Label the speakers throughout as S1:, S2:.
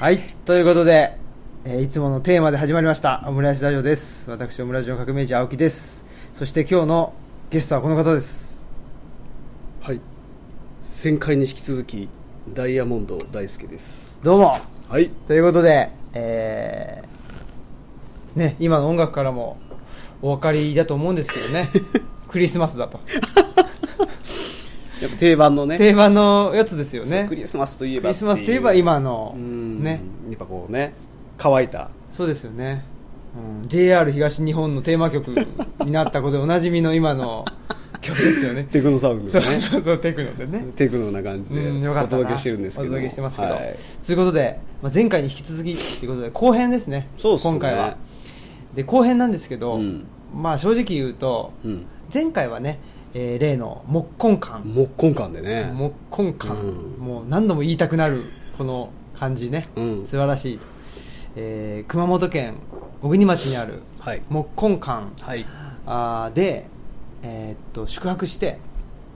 S1: はい、ということで、えーいつものテーマで始まりました、オムライスラジオです。私、オムラジオ革命児、青木です。そして今日のゲストはこの方です。
S2: はい先回に引き続きダイヤモンド大輔です
S1: どうも
S2: はい
S1: ということで、えー、ね、今の音楽からもお分かりだと思うんですけど ね、クリスマスだと。
S2: やっぱ定番のね
S1: 定番のやつですよ
S2: そう
S1: ね。
S2: ク
S1: クリ
S2: リスマスといえば
S1: スマスといえば今の、
S2: ね
S1: ね、
S2: やっぱこうね乾いた
S1: そうですよね、うん、JR 東日本のテーマ曲になったことでおなじみの今の曲ですよね
S2: テクノサウンド
S1: そ
S2: で
S1: う
S2: ね
S1: そうそうテクノでね
S2: テクノな感じ
S1: う
S2: で
S1: ん、よか
S2: お
S1: ったな
S2: 届けしてるんですけど
S1: お届けしてますけど、
S2: はい
S1: ということで、まあ、前回に引き続きということで後編ですね
S2: そうっすね
S1: 今回はで後編なんですけど、
S2: うん
S1: まあ正直言うと
S2: うん
S1: 前回はね、えー例の木根感
S2: 木根感でね
S1: 木根感、
S2: うん
S1: もう何度も言いたくなるこの感じね、
S2: うん
S1: 素晴らしい、えー熊本県小国町にある
S2: はい
S1: 木根館
S2: はい
S1: あーで、えーっと宿泊して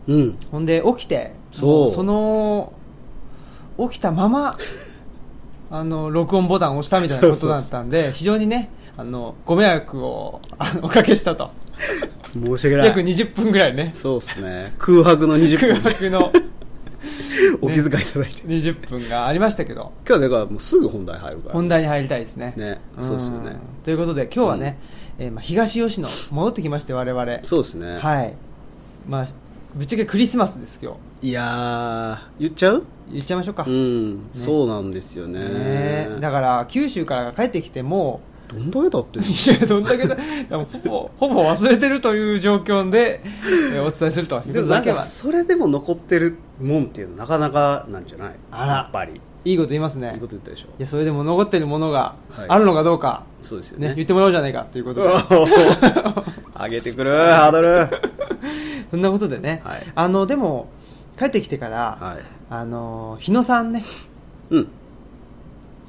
S2: うん
S1: ほんで起きて
S2: そう
S1: もその起きたま まあの録音ボタンを押したみたいなことだったんで非常にねあのご迷惑をあのおかけしたと
S2: 申し訳な
S1: 約
S2: い
S1: 20分ぐらいね
S2: そうっすね空白の20
S1: 空
S2: 分
S1: 白の
S2: お気遣いいただいて今
S1: 20分がありましたけど
S2: 日はだからもうすぐ本題入るから
S1: 本題に入りたいですね
S2: ね
S1: ん
S2: そうですよね
S1: ということで今日はね、えーまあ、東吉野戻ってきまして我々
S2: そうですね
S1: はいまあぶっちゃけクリスマスです今日
S2: いやー言っちゃう
S1: 言っちゃいましょうか、
S2: う
S1: ね
S2: ん、そうなんですよね
S1: えだから九州から帰ってきても
S2: どんだけだって
S1: いやどんだけだでもほぼほぼ忘れてるという状況で、えーお伝えするというこ
S2: で
S1: と
S2: もな
S1: だ
S2: ん
S1: け
S2: か
S1: は
S2: それでも残ってるもんっていうのなかなかなんじゃない
S1: あら
S2: やっぱり
S1: いいこと言いますね
S2: いいこと言ったでし
S1: い
S2: ょ
S1: やそれでも残ってるものが
S2: はい
S1: あるのかどうか、
S2: そうですよ
S1: ね
S2: ね
S1: 言ってもらおうじゃないかということで
S2: 上げてくるハードル
S1: そんなことでね、
S2: はい
S1: あのでも帰ってきてから、
S2: はい
S1: あの日野さんね
S2: うん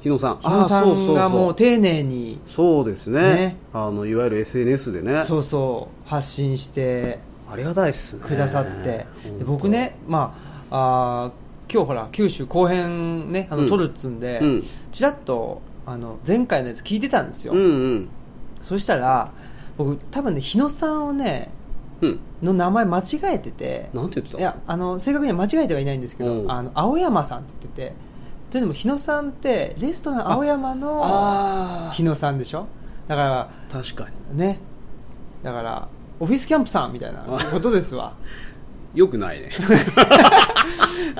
S2: 日野さん
S1: 日野さ
S2: あー
S1: んがもう丁寧に
S2: そうですね
S1: ね
S2: あのいわゆる SNS でね
S1: そうそう発信して
S2: ありがたいっすね
S1: くださって、
S2: 本
S1: で
S2: 当
S1: 僕ね、まあ、あー今日ほら九州後編ねあの、
S2: うん
S1: 撮るっつんで、
S2: うん
S1: ちらっとあの前回のやつ聞いてたんですよ、
S2: うんうん
S1: そしたら僕多分ね日野さんをね
S2: うん
S1: の名前間違えてて
S2: なんて言ってた
S1: いやあの正確には間違えてはいないんですけど、
S2: うん
S1: あの青山さんって言っててというのも日野さんってレストラン青山の
S2: あ
S1: 日野さんでしょだから
S2: あ確かに
S1: ねだからオフィスキャンプさんみたいなことです わ
S2: よくないね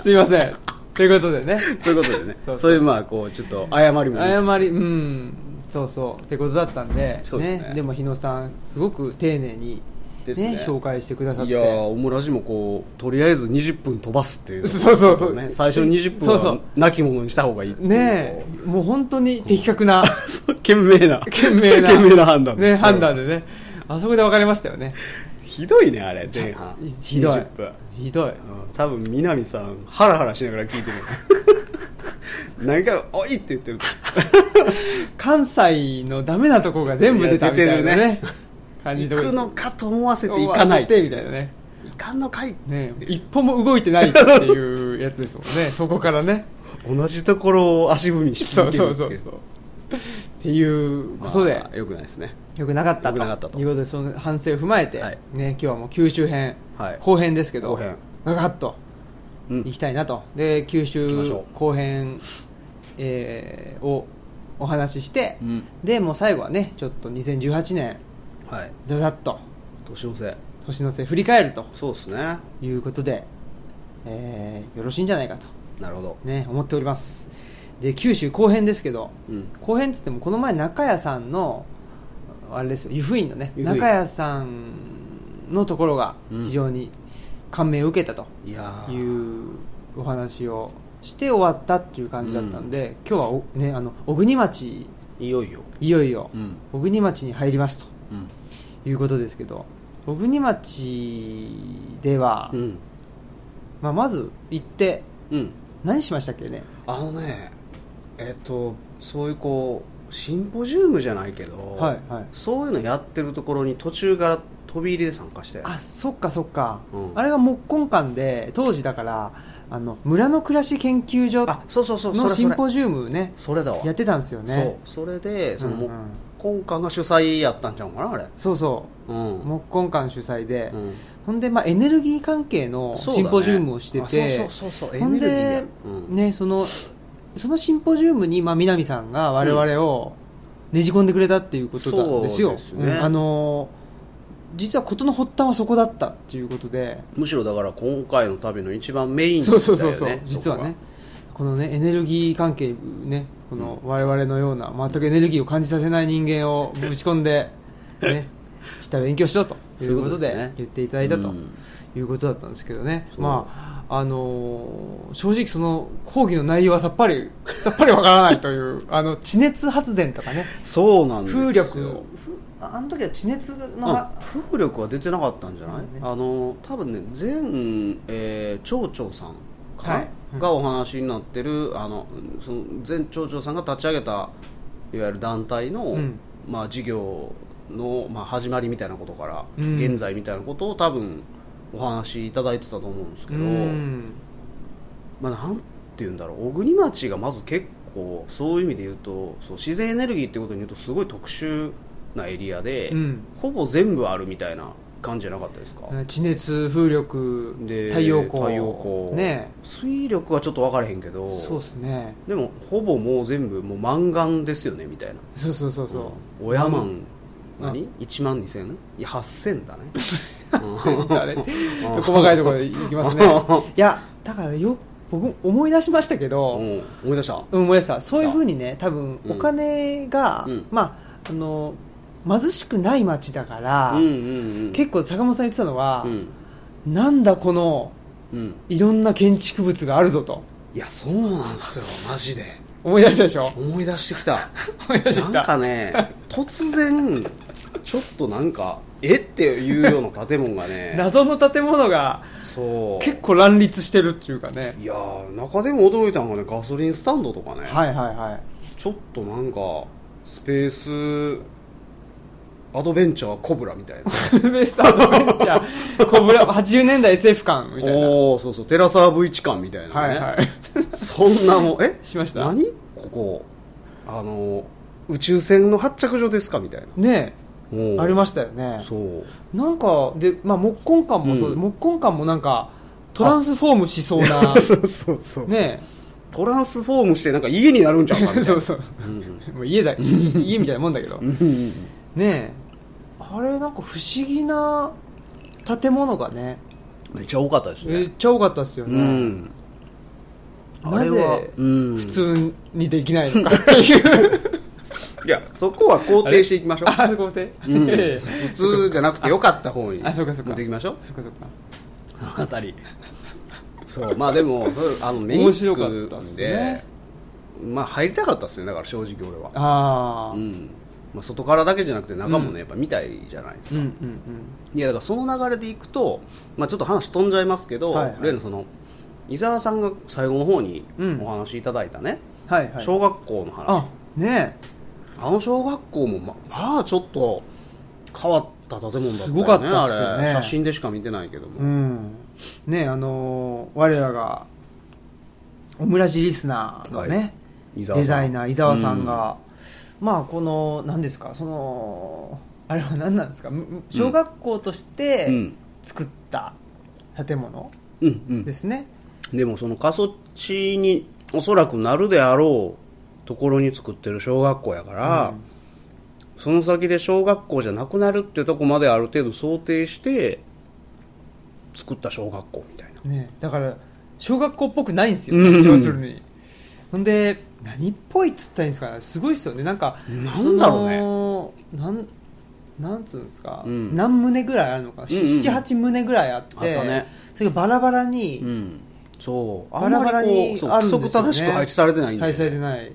S1: すいません ということでね
S2: そういうことでね
S1: そうそう
S2: そういうまあこうちょっと誤りもね
S1: 謝りうんそうそうってことだったんで
S2: そうですね
S1: でも日野さんすごく丁寧に、ね
S2: ですね
S1: 紹介してくださっ
S2: い
S1: て
S2: やーオムラジもこうとりあえず20分飛ばすっていう
S1: そうそうそう
S2: ね、最初の20分
S1: そうそう
S2: はなきものにした方がいいっていう
S1: ねえもう本当に的確 な、
S2: そう懸命な
S1: 賢明な
S2: 懸命な判断
S1: ね、判断
S2: で
S1: でねあそこで分かりましたよね
S2: すひどいねあれ前半
S1: ひどい
S2: 20分
S1: ひどい
S2: うん多分南さんハラハラしながら聞いてる 何回も「おい!」って言ってる
S1: 関西のダメなとこが全部出たみたいなね
S2: いや出てるね
S1: 感じ
S2: 行
S1: とこで
S2: く
S1: す
S2: のかと思わせて行かない
S1: 終わってみたいなね
S2: 行かんのかい
S1: ね一歩も動いてないっていうやつですもん ねそこからね
S2: 同じところを足踏みし
S1: そ
S2: 続
S1: う
S2: けるっ
S1: そ
S2: ていう
S1: そうそうっ
S2: う
S1: ていうことで、
S2: まあよくないですね
S1: よくなかった
S2: 良
S1: と
S2: くなかったと
S1: いうことでその反省を踏まえて、
S2: はい
S1: ね、今日はもう九州編、
S2: はい
S1: 後編ですけど
S2: 後編
S1: ガガッと
S2: うん
S1: 行きたいなと、で九
S2: 行きまし
S1: 州
S2: ょう
S1: 後編、えーをお話しして、
S2: うん
S1: でもう最後はねちょっと2018年
S2: はい
S1: ざざっと
S2: 年のせい
S1: 年の瀬振り返ると
S2: そうですね
S1: いうことで、えーよろしいんじゃないかと、
S2: なるほど
S1: ね、思っておりますで九州後編ですけど、
S2: うん
S1: 後編っつってもこの前中谷さんのあれですよ湯布院のね
S2: 湯布院
S1: 中谷さんのところが
S2: うん
S1: 非常に感銘を受けたと
S2: いや
S1: い
S2: ー
S1: うお話をして終わったっていう感じだったんで、今日はお、ね、あの小国町
S2: いよいよ
S1: いよいよ
S2: うん
S1: 小国町に入ります
S2: うん
S1: ということですけど小国町では、
S2: うん、
S1: まあ、まず行って
S2: うん、
S1: 何しましたっけね
S2: あのねえっ、とそういうこうシンポジウムじゃないけど、
S1: はいはい
S2: そういうのやってるところに途中から飛び入りで参加して
S1: あそっかそっか、
S2: うん
S1: あれが木根館で当時だからあの村の暮らし研究所
S2: あそうそうそうそ
S1: の
S2: れ
S1: シ
S2: そ
S1: ン
S2: れ
S1: ポジウムね
S2: それだわ
S1: やってたんですよね
S2: そうそれでその、
S1: うんうん
S2: 今回が主催やったんちゃうかなあれ
S1: そうそ
S2: うん
S1: う木工館主催で、
S2: うん
S1: ほんで、まあ、エネルギー関係の
S2: そう
S1: シ
S2: だね
S1: ンポジウムをしてて、
S2: あそうそうそうそうエ
S1: ほん
S2: ネルギーや
S1: で、
S2: うん
S1: ね、そのそのシンポジウムに、まあ、南さんが我々をねじ込んでくれたっていうことなんですよ、
S2: そうですね
S1: うんあのー実は事の発端はそこだったっていうことで、
S2: むしろだから今回の旅の一番メイン
S1: そう
S2: だよね
S1: そうそうそう、実
S2: そ
S1: は
S2: こ
S1: ねこのねエネルギー関係ねこの我々のような全くエネルギーを感じさせない人間をぶち込ん でねした勉強しろということ
S2: そういうことで
S1: で
S2: すね
S1: 言っていただいたと
S2: うん
S1: いうことだったんですけどね、
S2: そう
S1: まああのー正直その講義の内容はさっぱり さっぱりわからないというあの地熱発電とかね
S2: そうなんですよ
S1: 風力をふあの時は地熱の
S2: あ
S1: は
S2: 風力は出てなかったんじゃない、
S1: うんね
S2: あの多分ね前、えー町長さんかな、
S1: はいうん
S2: がお話になってるあのその前町長さんが立ち上げたいわゆる団体の、
S1: うん
S2: まあ、事業の、まあ、始まりみたいなことから、
S1: うん
S2: 現在みたいなことを多分お話しいただいてたと思うんですけど、
S1: うん
S2: まあ、なんて言うんだろう小国町がまず結構そういう意味で言うとそう自然エネルギーってことに言うとすごい特殊なエリアで、
S1: うん
S2: ほぼ全部あるみたいな感じじゃなかったですか、
S1: 地熱風力
S2: で
S1: 太陽光
S2: 太陽光
S1: ね
S2: 水力はちょっと分からへんけど
S1: そうですね
S2: でもほぼもう全部もう満願ですよねみたいな
S1: そうそうそうそう、
S2: うん、親マン
S1: うん
S2: 何1万2000いや8000だね
S1: あれ 細かいところいきますねいやだからよ僕も思い出しましたけ
S2: う
S1: ど、
S2: ん思い出した
S1: うん、思い出したそういうふうにね多分
S2: うん
S1: お金が、
S2: うん
S1: まああの貧しくない町だから、
S2: うんうんうん
S1: 結構坂本さん言ってたのは
S2: う、ん
S1: なんだこの
S2: うん
S1: いろんな建築物があるぞと
S2: いやそうなんですよマジで
S1: 思い出したでしょ
S2: 思い出してきた
S1: 思い出してき
S2: なん
S1: た
S2: かね突然ちょっとなんかえっていうような建物が ね
S1: 謎の建物が
S2: そう
S1: 結構乱立してるっていうかね
S2: いやー中でも驚いたのがねガソリンスタンドとかね、
S1: はいはいはい
S2: ちょっとなんかスペースアドベンチャーコブラみたいな
S1: ベストアドベンチャーコブラ80年代 SF 感 みたいな
S2: おおそうそうテラサー V1 感みたいな
S1: は
S2: ね、
S1: いはい
S2: そんなもんえ
S1: しました
S2: 何ここあの宇宙船の発着所ですかみたいな
S1: ね
S2: お
S1: え
S2: ー
S1: ありましたよね
S2: そう
S1: なんかで、まあ、木根館もそう、
S2: うん
S1: 木根館もなんかトランスフォームしそうな
S2: そうそうそう
S1: ね
S2: トランスフォームしてなんか家になるんちゃうかみた
S1: え
S2: い
S1: そう
S2: な
S1: そう
S2: うん
S1: もう家 だ家みたいなもんだけど
S2: うんうん
S1: ねえあれなんか不思議な建物がね
S2: めっちゃ多かったです
S1: めっ
S2: ね
S1: ちゃ多かったですよ
S2: う
S1: ね、
S2: ん
S1: な
S2: あれは
S1: ぜ
S2: うん
S1: 普通にできないのかっていう
S2: いやそこは肯定していきましょう
S1: あそこで、
S2: うん
S1: いやいやいや
S2: 普通じゃなくて良かった方に
S1: あそうかそうか
S2: 持っていきましょう
S1: そっかそっか
S2: その辺りそうまあでもそうあの目に
S1: 面
S2: つ
S1: 白
S2: く
S1: か
S2: ん
S1: った
S2: で
S1: っすね
S2: まあ入りたかったっすねだから正直俺は、
S1: ああ、
S2: うんまあ、外からだけじゃなくて中もね、やっぱ見たいじゃないです
S1: うん
S2: か、
S1: うん
S2: いやだからその流れでいくと、まあ、ちょっと話飛んじゃいますけど、
S1: はいはい
S2: 例のその伊沢さんが最後の方に
S1: うん
S2: お話しいただいたね、
S1: うんはいはい
S2: 小学校の話
S1: あ
S2: あ
S1: ね
S2: の小学校もままあちょっと変わった建物だったよね
S1: すごかったっすよね
S2: あれ写真でしか見てないけども、
S1: えうんねえあのー我らがオムラジリスナーのね、
S2: はい伊沢さん
S1: デザイナー伊沢さんが、まあこの何ですかそのあれは何なんですかむむ小学校として
S2: うん
S1: 作った建物
S2: うんうん
S1: ですね、
S2: でもその過疎地におそらくなるであろうところに作ってる小学校やから、その先で小学校じゃなくなるってとこまである程度想定して作った小学校みたいな
S1: ねえだから小学校っぽくないんですよ、
S2: うん
S1: 要するにほんで何っぽいっつったらいいんですかねすごいっすよねなんか
S2: なんだろうね
S1: ろうねなんなんつうんですか、
S2: うん
S1: 何棟ぐらいあるのか、
S2: うんうん
S1: 78棟ぐらいあって
S2: あったね
S1: それがバラバラに、
S2: うんそうあ
S1: バ
S2: ん
S1: ラバ
S2: ま
S1: ラ
S2: りこう
S1: に
S2: そう
S1: ある
S2: 規
S1: んですよ、ね、
S2: 則正しく配置されてないんで
S1: 配置されてない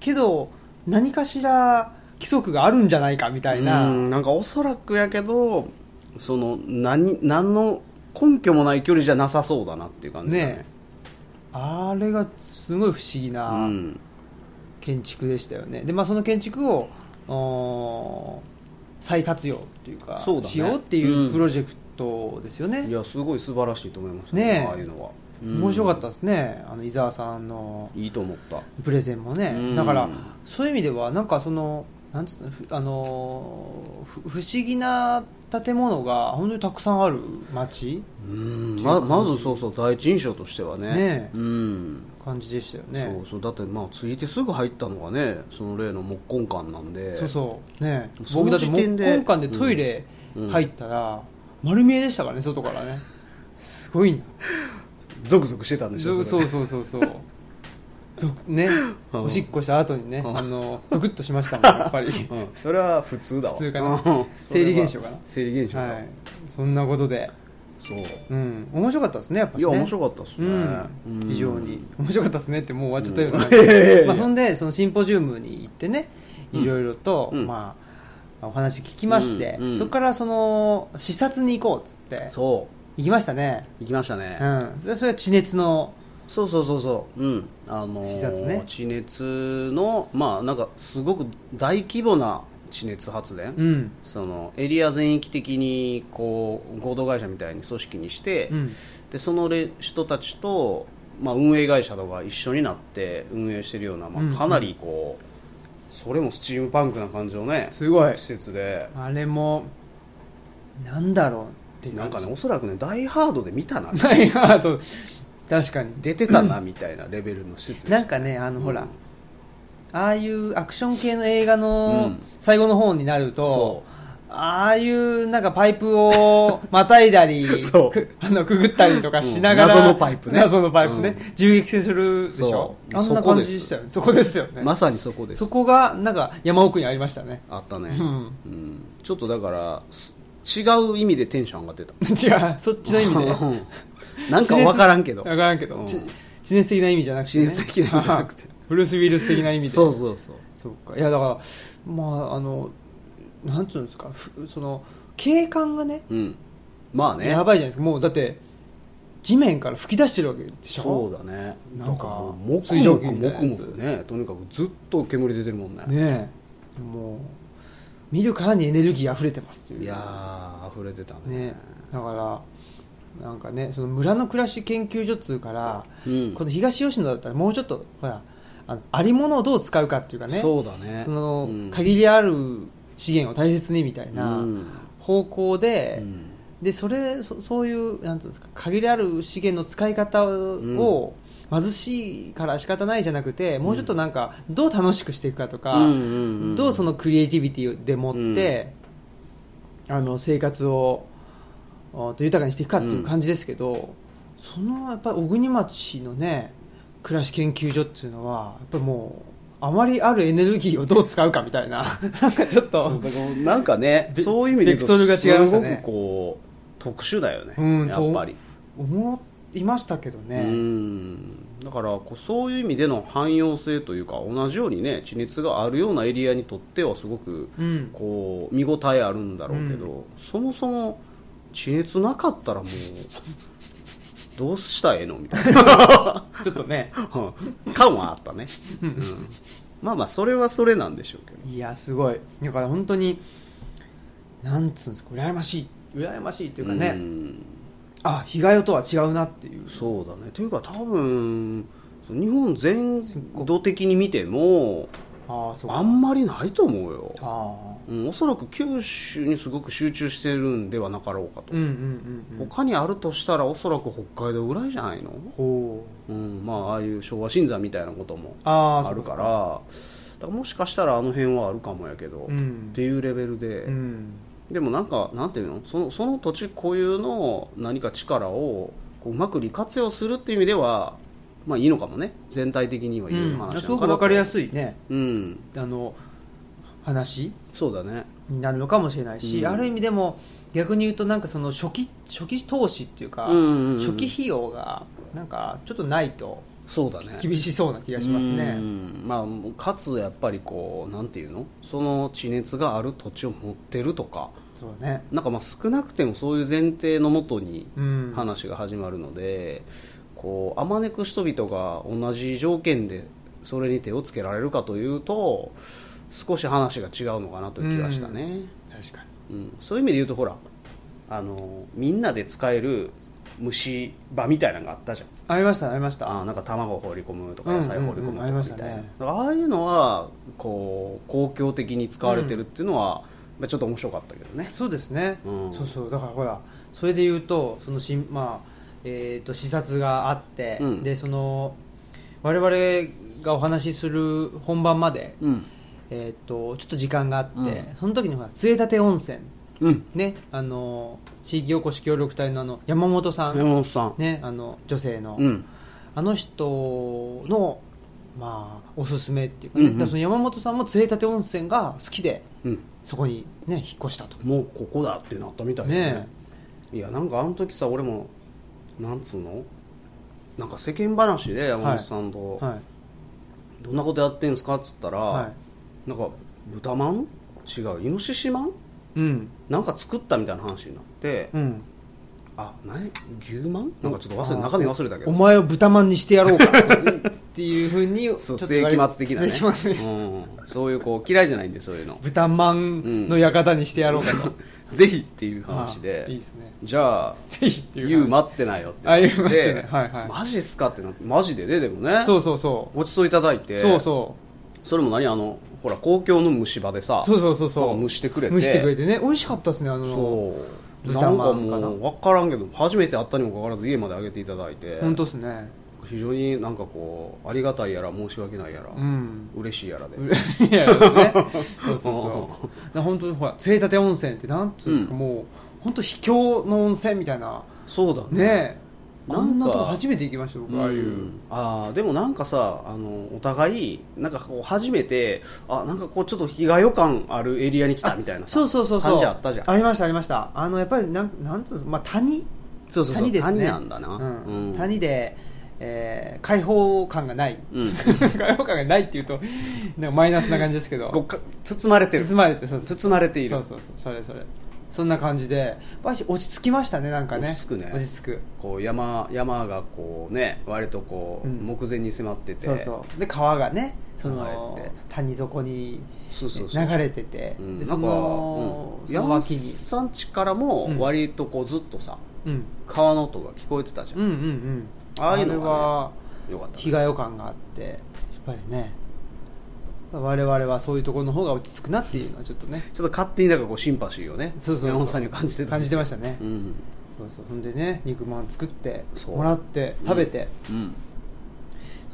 S1: けど何かしら規則があるんじゃないかみたいな、
S2: うんなんかおそらくやけどその何何の根拠もない距離じゃなさそうだなっていう感じだね
S1: ねあれがすごい不思議
S2: う
S1: な、
S2: ん
S1: 建築でしたよねで、まあ、その建築をおー再活用というか
S2: そうだね
S1: しようっていうプロジェクトですよね、
S2: いやすごい素晴らしいと思いました
S1: ねえ
S2: ああいうのは
S1: 面白かったですねあの伊沢さんの
S2: いいと思った
S1: プレゼンもね、
S2: うん
S1: だからそういう意味ではなんかそのなんつうのふあのーふ不思議な建物が本当にたくさんある街
S2: うんままずそうそう第一印象としてはね
S1: ねえ
S2: うん
S1: 感じでしたよね
S2: そうそうだってまあついてすぐ入ったのがねその例の木根館なんで
S1: そうそうね
S2: その
S1: 僕だって
S2: 時
S1: 木
S2: 点で
S1: 根館でトイレ
S2: うんうん
S1: 入ったら、丸見えでしたからね外から ねすごいな
S2: ゾクゾクしてたんでしょ
S1: そう
S2: そ
S1: そ
S2: れ
S1: うそうそうそうぞね
S2: うん
S1: おしっこした後にね
S2: うん
S1: あのゾクッとしました もんやっぱり
S2: うん、それは普通だわ
S1: 普通かな
S2: うん
S1: 生理現象かな
S2: 生理現象だ、
S1: はいそんなことで
S2: そう
S1: うん面白かったですねやっぱ
S2: い
S1: り、
S2: や
S1: ね、
S2: 面白かったです
S1: う
S2: ね、
S1: ん
S2: うん
S1: 非常に面白かったですねってもう終わっちゃったような、
S2: うん
S1: まあ、そんでそのシンポジウムに行ってねいろいろと、
S2: うん
S1: まあ、お話聞きまして、
S2: うんうん
S1: そこからその視察に行こうっつって
S2: そ
S1: 行きましたね、
S2: う行きましたね、
S1: うん、それそれは地熱の
S2: そうそうそうそううんあのー
S1: 視察ね
S2: 地熱のまあなんかすごく大規模な地熱発電、
S1: うん、
S2: そのエリア全域的にこう合同会社みたいに組織にして、
S1: うん、
S2: でそのれ人たちと、まあ、運営会社とか一緒になって運営してるような、
S1: うんう
S2: ま
S1: ん
S2: あ、かなりこう、それもスチームパンクな感じのね
S1: すごい
S2: 施設で
S1: あれもなんだろうっていう
S2: なんかね
S1: 感
S2: おそらくね「ダイハード」で見たな
S1: じないなと確かに
S2: 出てたなみたいなレベルの施設でした
S1: なんかねあの、
S2: うん
S1: ほらああいうアクション系の映画
S2: う
S1: の
S2: ん
S1: 最後の方になると
S2: そ、
S1: ああいうなんかパイプをまたいだり
S2: そう
S1: くあのくぐったりとかしながら、
S2: うん謎のパイプね
S1: 謎のパイプね、銃撃戦するでしょ
S2: そう
S1: あんな
S2: そこ
S1: 感
S2: です
S1: じでしたよねそこですよね、
S2: まさにそこです
S1: そこがなんか山奥にありました ね
S2: あったね、
S1: うん
S2: うんちょっとだからす違う意味でテンション上がってた
S1: 違うそっちの意味で
S2: うんなんか分からんけど
S1: 地熱分からんけど、
S2: うん
S1: ち地熱的な意味じゃなくて、ね、
S2: 地熱的な意味じゃなくて
S1: ブルース・ウィルス的な意味で
S2: そうそうそう
S1: そうかいやだからまああのなんつうんですかふその景観がね
S2: うんまあね
S1: やばいじゃないですかもうだって地面から噴き出してるわけでしょ
S2: そうだね
S1: なんか
S2: もうもく
S1: 水蒸
S2: も
S1: 気
S2: く
S1: み
S2: も
S1: たいな
S2: く
S1: やつ
S2: もくねとにかくずっと煙出てるもんね
S1: ねえもう見るからにエネルギー溢れてますという
S2: いやー溢れてたね
S1: ねだからなんかねその村の暮らし研究所っつうから、
S2: うん
S1: この東吉野だったらもうちょっとほらあのありものをどう使うかっていうかね
S2: そうだね
S1: その、
S2: うん
S1: 限りある資源を大切にみたいな
S2: うん
S1: 方向で、
S2: うん
S1: でそれそそういうなんていうんですか限りある資源の使い方を、貧しいから仕方ないじゃなくてもうちょっとなんかどう楽しくしていくかとか、
S2: うんうんうん
S1: どうそのクリエイティビティでもって、あの生活をあと豊かにしていくかっていう感じですけど、そのやっぱり小国町のね暮らし研究所っていうのはやっぱりもうあまりあるエネルギーをどう使うかみたいな なんかちょっ
S2: そ
S1: と
S2: うだからなんかね
S1: ベ
S2: そういう意味で言うと
S1: ベクトルが違いましたね
S2: すごくこう特殊だよね
S1: うん
S2: やっぱり
S1: 思いましたけどね。
S2: うんだからこうそういう意味での汎用性というか同じようにね地熱があるようなエリアにとってはすごく
S1: うん
S2: こう見応えあるんだろうけど、そもそも地熱なかったらもう どうしたらええのみたいな
S1: ちょっとね。
S2: 感はあったね、うん、まあまあそれはそれなんでしょうけど
S1: いや、すごい。だから本当に、なんつうんですか、羨ましい。羨ましいっていうかね、
S2: ん
S1: あ、被害とは違うなっていう。
S2: そうだねというか多分その日本全土的に見ても
S1: ああ、そう
S2: あ
S1: か。
S2: んまりないと思うよ
S1: ああ。
S2: うん、おそらく九州にすごく集中してるんではなかろうかと、
S1: うんうんうんうん。
S2: 他にあるとしたらおそらく北海道ぐらいじゃないの、
S1: ほ
S2: うんまあ、ああいう昭和新山みたいなことも
S1: う。ああ、
S2: あるからだからもしかしたらあの辺はあるかもやけど、
S1: そうか。うん。
S2: っていうレベルで、
S1: うん。
S2: でもなんかなんていうのそのその土地固有の何か力をこううまく利活用するっていう意味ではまあいいのかもね全体的にはいうい
S1: ん
S2: 話なのかなと
S1: すごくわかりやすいね、
S2: うん
S1: あの、話
S2: そうだね
S1: になるのかもしれないし、
S2: うん
S1: ある意味でも、逆に言うとなんかその初期、初期投資っていうか、
S2: うんうんうん
S1: 初期費用が、なんかちょっとないと
S2: そうだね
S1: 厳しそうな気がしますね。
S2: うんまあ、かつやっぱりこうなんていうのその地熱がある土地を持ってるとか
S1: そうだね。
S2: なんかまあ少なくてもそういう前提のもとに
S1: うん。
S2: 話が始まるので、こうあまねく人々が同じ条件でそれに手をつけられるかというと少し話が違うのかなという気がしたね、
S1: 確かに。
S2: うんそういう意味で言うとほらあのみんなで使える虫歯みたいなのがあったじゃん
S1: ありましたありました
S2: あーなんか卵を放り込むとか
S1: うん
S2: 野菜を放り込む
S1: うん
S2: と
S1: うん
S2: か
S1: あり
S2: み
S1: ましたたね
S2: いな、だからああいうのはこう公共的に使われてるっていうのは、まあちょっと面白かったけどね
S1: そうですね、
S2: うん
S1: そうそうだからほらそれで言うとそのしん、まあえー、と視察があって、
S2: うん
S1: でその我々がお話しする本番まで、
S2: うん
S1: えー、とちょっと時間があって、
S2: うん
S1: その時にほら杖立温泉
S2: うん
S1: ねあの地域おこし協力隊のあの山本さ
S2: 山
S1: ん、
S2: 本さん、
S1: ね、あの女性の、
S2: うん
S1: あの人の、まあ、おすすめっていうか,、ね
S2: うんうん
S1: だからその山本さんも杖立温泉が好きで
S2: うん
S1: そこに、ね、引っ越したと。
S2: もうここだってなったみたいだ
S1: ね
S2: いやなんかあの時さ俺もなんつうのなんか世間話で山本さんと、
S1: はい
S2: どんなことやってんすかっつったら、
S1: は
S2: なんか豚まん違うイノシシまん
S1: い、うん
S2: なんか作ったみたいな話になって、
S1: うん、
S2: あ何牛まんなんかちょっと忘れ中身忘れたけど
S1: お前を豚まんにしてやろうかっていうふうに
S2: そう
S1: ちょっと
S2: 世
S1: 言われ
S2: 紀末的なね
S1: 世紀末的な
S2: うん、そういうこう嫌いじゃないんでそうい うの
S1: 豚まんの館にしてやろうかと、
S2: ぜひっていう
S1: ああ
S2: 話で
S1: いいですね
S2: じゃあ
S1: ぜひっていう
S2: 言う
S1: 話
S2: 待ってないよって
S1: あ
S2: 言
S1: 言う待ってないはいはい
S2: マジっすかってなってマジでねでもね
S1: そうそうそう、
S2: ごちそういただいて
S1: そうそ
S2: それも何あのほら公共の虫歯でさ
S1: うそうそうそう
S2: な
S1: そ
S2: ん
S1: う
S2: か蒸してくれて
S1: 蒸してくれてね美味しかったですねあの
S2: そうな
S1: 豚
S2: ん
S1: ま
S2: か
S1: んかな
S2: もう分からんけど初めて会ったにもかかわらず家まであげていただいて
S1: 本当ですね
S2: 非常になんかこうありがたいやら申し訳ないやら、
S1: うん
S2: 嬉しいやらで
S1: 嬉しいやろねそうそう そうだから本当にほら杖立温泉ってなんつうんですか、
S2: うん
S1: もう本当秘境の温泉みたいな
S2: そうだ
S1: ねえ
S2: なんか
S1: あんなとこ初めて行きました僕
S2: あ
S1: あ
S2: あ
S1: あ
S2: い、
S1: いうう
S2: ああでもなんかさあのお互いなんかこう初めてあなんかこうちょっと被害予感あるエリアに来たみたいなさ
S1: そうそうそうそう
S2: 感じあったじゃん
S1: ありましたありましたあのやっぱりなんなんつうの、まあ、谷
S2: そうそうそう
S1: 谷ですね
S2: 谷なんだな
S1: うん
S2: うん
S1: 谷で、えー開放感がない、
S2: うん
S1: 開放感がないっていうとなんかマイナスな感じですけ
S2: こ
S1: ど
S2: うか包まれてる
S1: 包まれてそうそう
S2: 包まれている
S1: そうそうそうそれそれそんな感じでやっぱり落ち着きましたねなんかね
S2: 落ち着くね
S1: 落ち着く
S2: こう山山がこうね割とこう、
S1: うん
S2: 目前に迫ってて
S1: そうそうで川がねその
S2: 流れて
S1: 谷底に
S2: そうそうそう
S1: 流れてて
S2: うん
S1: で
S2: な
S1: そ
S2: んか、
S1: の
S2: うん、
S1: その
S2: 山
S1: 脇に
S2: さん家からも
S1: うん
S2: 割とこうずっとさ、
S1: うん
S2: 川の音が聞こえてたじゃん、
S1: うんうんうん
S2: ああいうのが
S1: れ
S2: ね
S1: は
S2: よかったね
S1: 被害予感があってやっぱりね我々はそういうところの方が落ち着くなっていうのはちょっとね
S2: ちょっと勝手にだからこうシンパシーをね
S1: そうそうそう
S2: 山本さんには感じてた
S1: 感じてましたね、
S2: うん
S1: そうそうほんでね肉まん作って
S2: そう
S1: もらって食べて、
S2: うん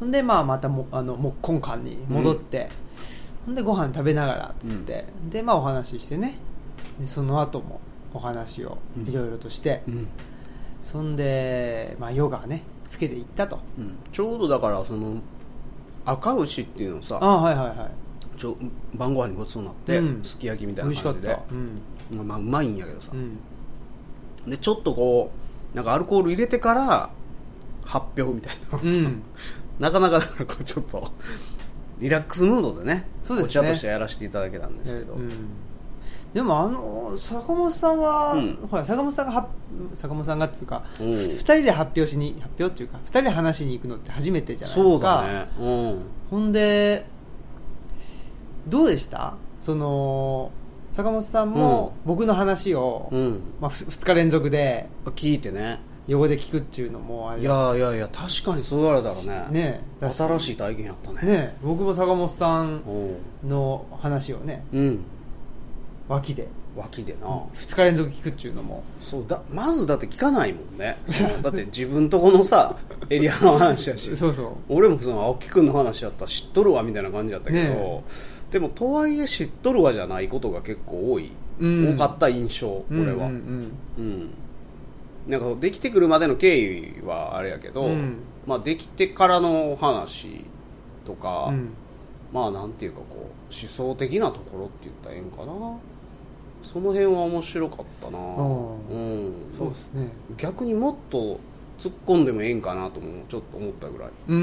S1: そんでまあまたもあの木根館に戻って、ほんでご飯食べながらっつって、でまあお話ししてねでその後もお話をいろいろとして、
S2: うん
S1: そんで、まあ、ヨガね老けていったと
S2: うんちょうどだからその赤牛っていうのを
S1: あ
S2: さ
S1: あはいはいはい
S2: ちょ晩ご飯にごちそうになって、
S1: うん
S2: すき焼きみたい
S1: 美
S2: な
S1: 味しか
S2: 感
S1: っ
S2: じで
S1: たうん、
S2: まあまあうまいんやけどさ
S1: う、ん、
S2: でちょっとこうなんかアルコール入れてから発表みたいな、
S1: うん、
S2: なかなかだからこうちょっとリラックスムードでね
S1: そうですね
S2: こちらとしてやらせていただけたんですけど、
S1: うんでもあの坂本さんは、
S2: うん
S1: ほら坂本さんがは坂本さんがっていうか
S2: うん
S1: 二人で発表しに発表っていうか二人で話しに行くのって初めてじゃないで
S2: そう
S1: すか
S2: だねうん
S1: ほんでどうでしたその坂本さんも僕の話を、
S2: うん
S1: まあ、ふ二日連続で
S2: 聞いてね
S1: 横で聞くっていうのもあれ
S2: いやいやいや確かにそう言われたらね
S1: ねだ
S2: 新しい体験やったね
S1: ね僕も坂本さん
S2: うん
S1: の話をね
S2: うん
S1: 脇で
S2: 脇でな、
S1: 二日連続聞くっていうのも
S2: そうだまずだって聞かないもんね そのだって自分とこのさエリアの話やし
S1: そうそう
S2: 俺もその青木君の話やったら知っとるわみたいな感じやったけど、
S1: ねえ
S2: でもとはいえ知っとるわじゃないことが結構多い、
S1: うん
S2: 多かった印象
S1: こ
S2: 俺は、
S1: うんうん
S2: うんなんかできてくるまでの経緯はあれやけど、
S1: うん
S2: まあ、できてからの話とか、
S1: うんうん
S2: まあなんていうかこう思想的なところって言ったらええんかなその辺は面白かったな
S1: ー
S2: うん
S1: そうですね
S2: 逆にもっと突っ込んでもええんかなともちょっと思ったぐらい、
S1: うん、
S2: う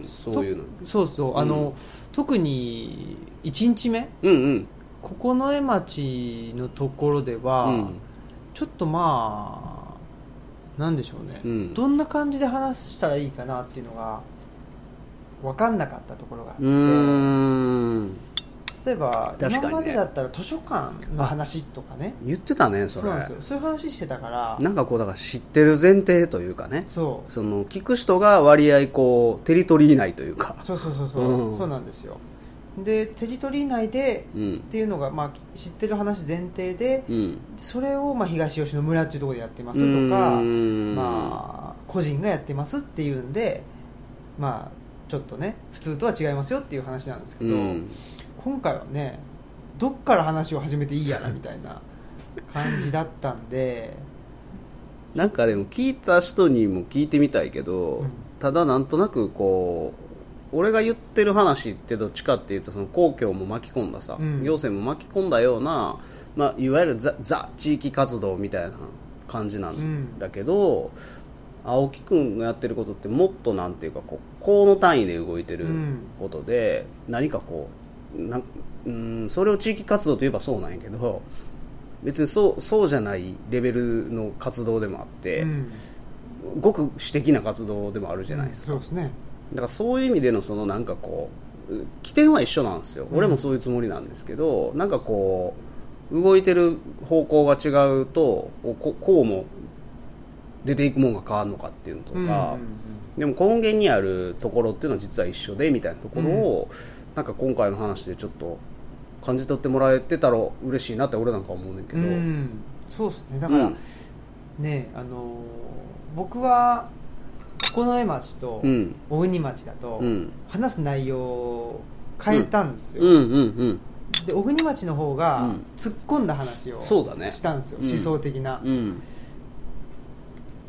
S2: ん、そういうの
S1: とそうそうあの、
S2: うん
S1: 特に1日目
S2: うんうん
S1: 九重町のところでは、
S2: うん
S1: ちょっとまあなんでしょうね、
S2: うん
S1: どんな感じで話したらいいかなっていうのが分かんなかったところがあって、
S2: うーん
S1: 例えば、
S2: 確かにね
S1: 今までだったら図書館の話とかね
S2: 言ってたねそ
S1: そ
S2: れ
S1: うなんですよそういう話してたから
S2: なんかこうだから知ってる前提というかね
S1: そう
S2: その聞く人が割合こうテリトリー内というか
S1: そうそうそうそう、
S2: うん
S1: そうなんですよでテリトリー内で
S2: うん
S1: っていうのが、まあ、知ってる話前提で
S2: うん
S1: それをまあ東吉野村っていうところでやってますとか
S2: うーん
S1: まあ、個人がやってますっていうんで、まあ、ちょっとね普通とは違いますよっていう話なんですけ
S2: う
S1: ど、
S2: ん
S1: 今回はねどっから話を始めていいやらみたい な感じだったんで
S2: なんかでも聞いた人にも聞いてみたいけど、
S1: うん
S2: ただなんとなくこう俺が言ってる話ってどっちかっていうとその公共も巻き込んださ、
S1: うん
S2: 行政も巻き込んだような、まあ、いわゆるザザ地域活動みたいな感じなんだけど、青木君がやってることってもっとなんていうかこう公の単位で動いてる
S1: うん
S2: ことで、何かこうなんうんそれを地域活動といえばそうなんやけど別にそうそうじゃないレベルの活動でもあって、
S1: うん
S2: ごく私的な活動でもあるじゃないですか、
S1: そうですね
S2: だからそういう意味でのそのなんかこうう起点は一緒なんですよ、
S1: うん
S2: 俺もそういうつもりなんですけどなんかこう動いてる方向が違うとこここうも出ていくもんが変わるのかっていうのとか、
S1: うんうん
S2: でも根源にあるところっていうのは実は一緒でみたいなところを、なんか今回の話でちょっと感じ取ってもらえてたら嬉しいなって俺なんか思うねんけ
S1: う
S2: ど、
S1: んうんそうですねだから、
S2: うん
S1: ねあのー僕は九重町と
S2: うん
S1: 小国町だと、
S2: うん
S1: 話す内容を変えたんですよ、
S2: うんうん
S1: で小国町の方
S2: う
S1: が
S2: ん
S1: 突っ込んだ話を
S2: そうだね
S1: したんですよ、
S2: うん
S1: 思想的な
S2: う、ん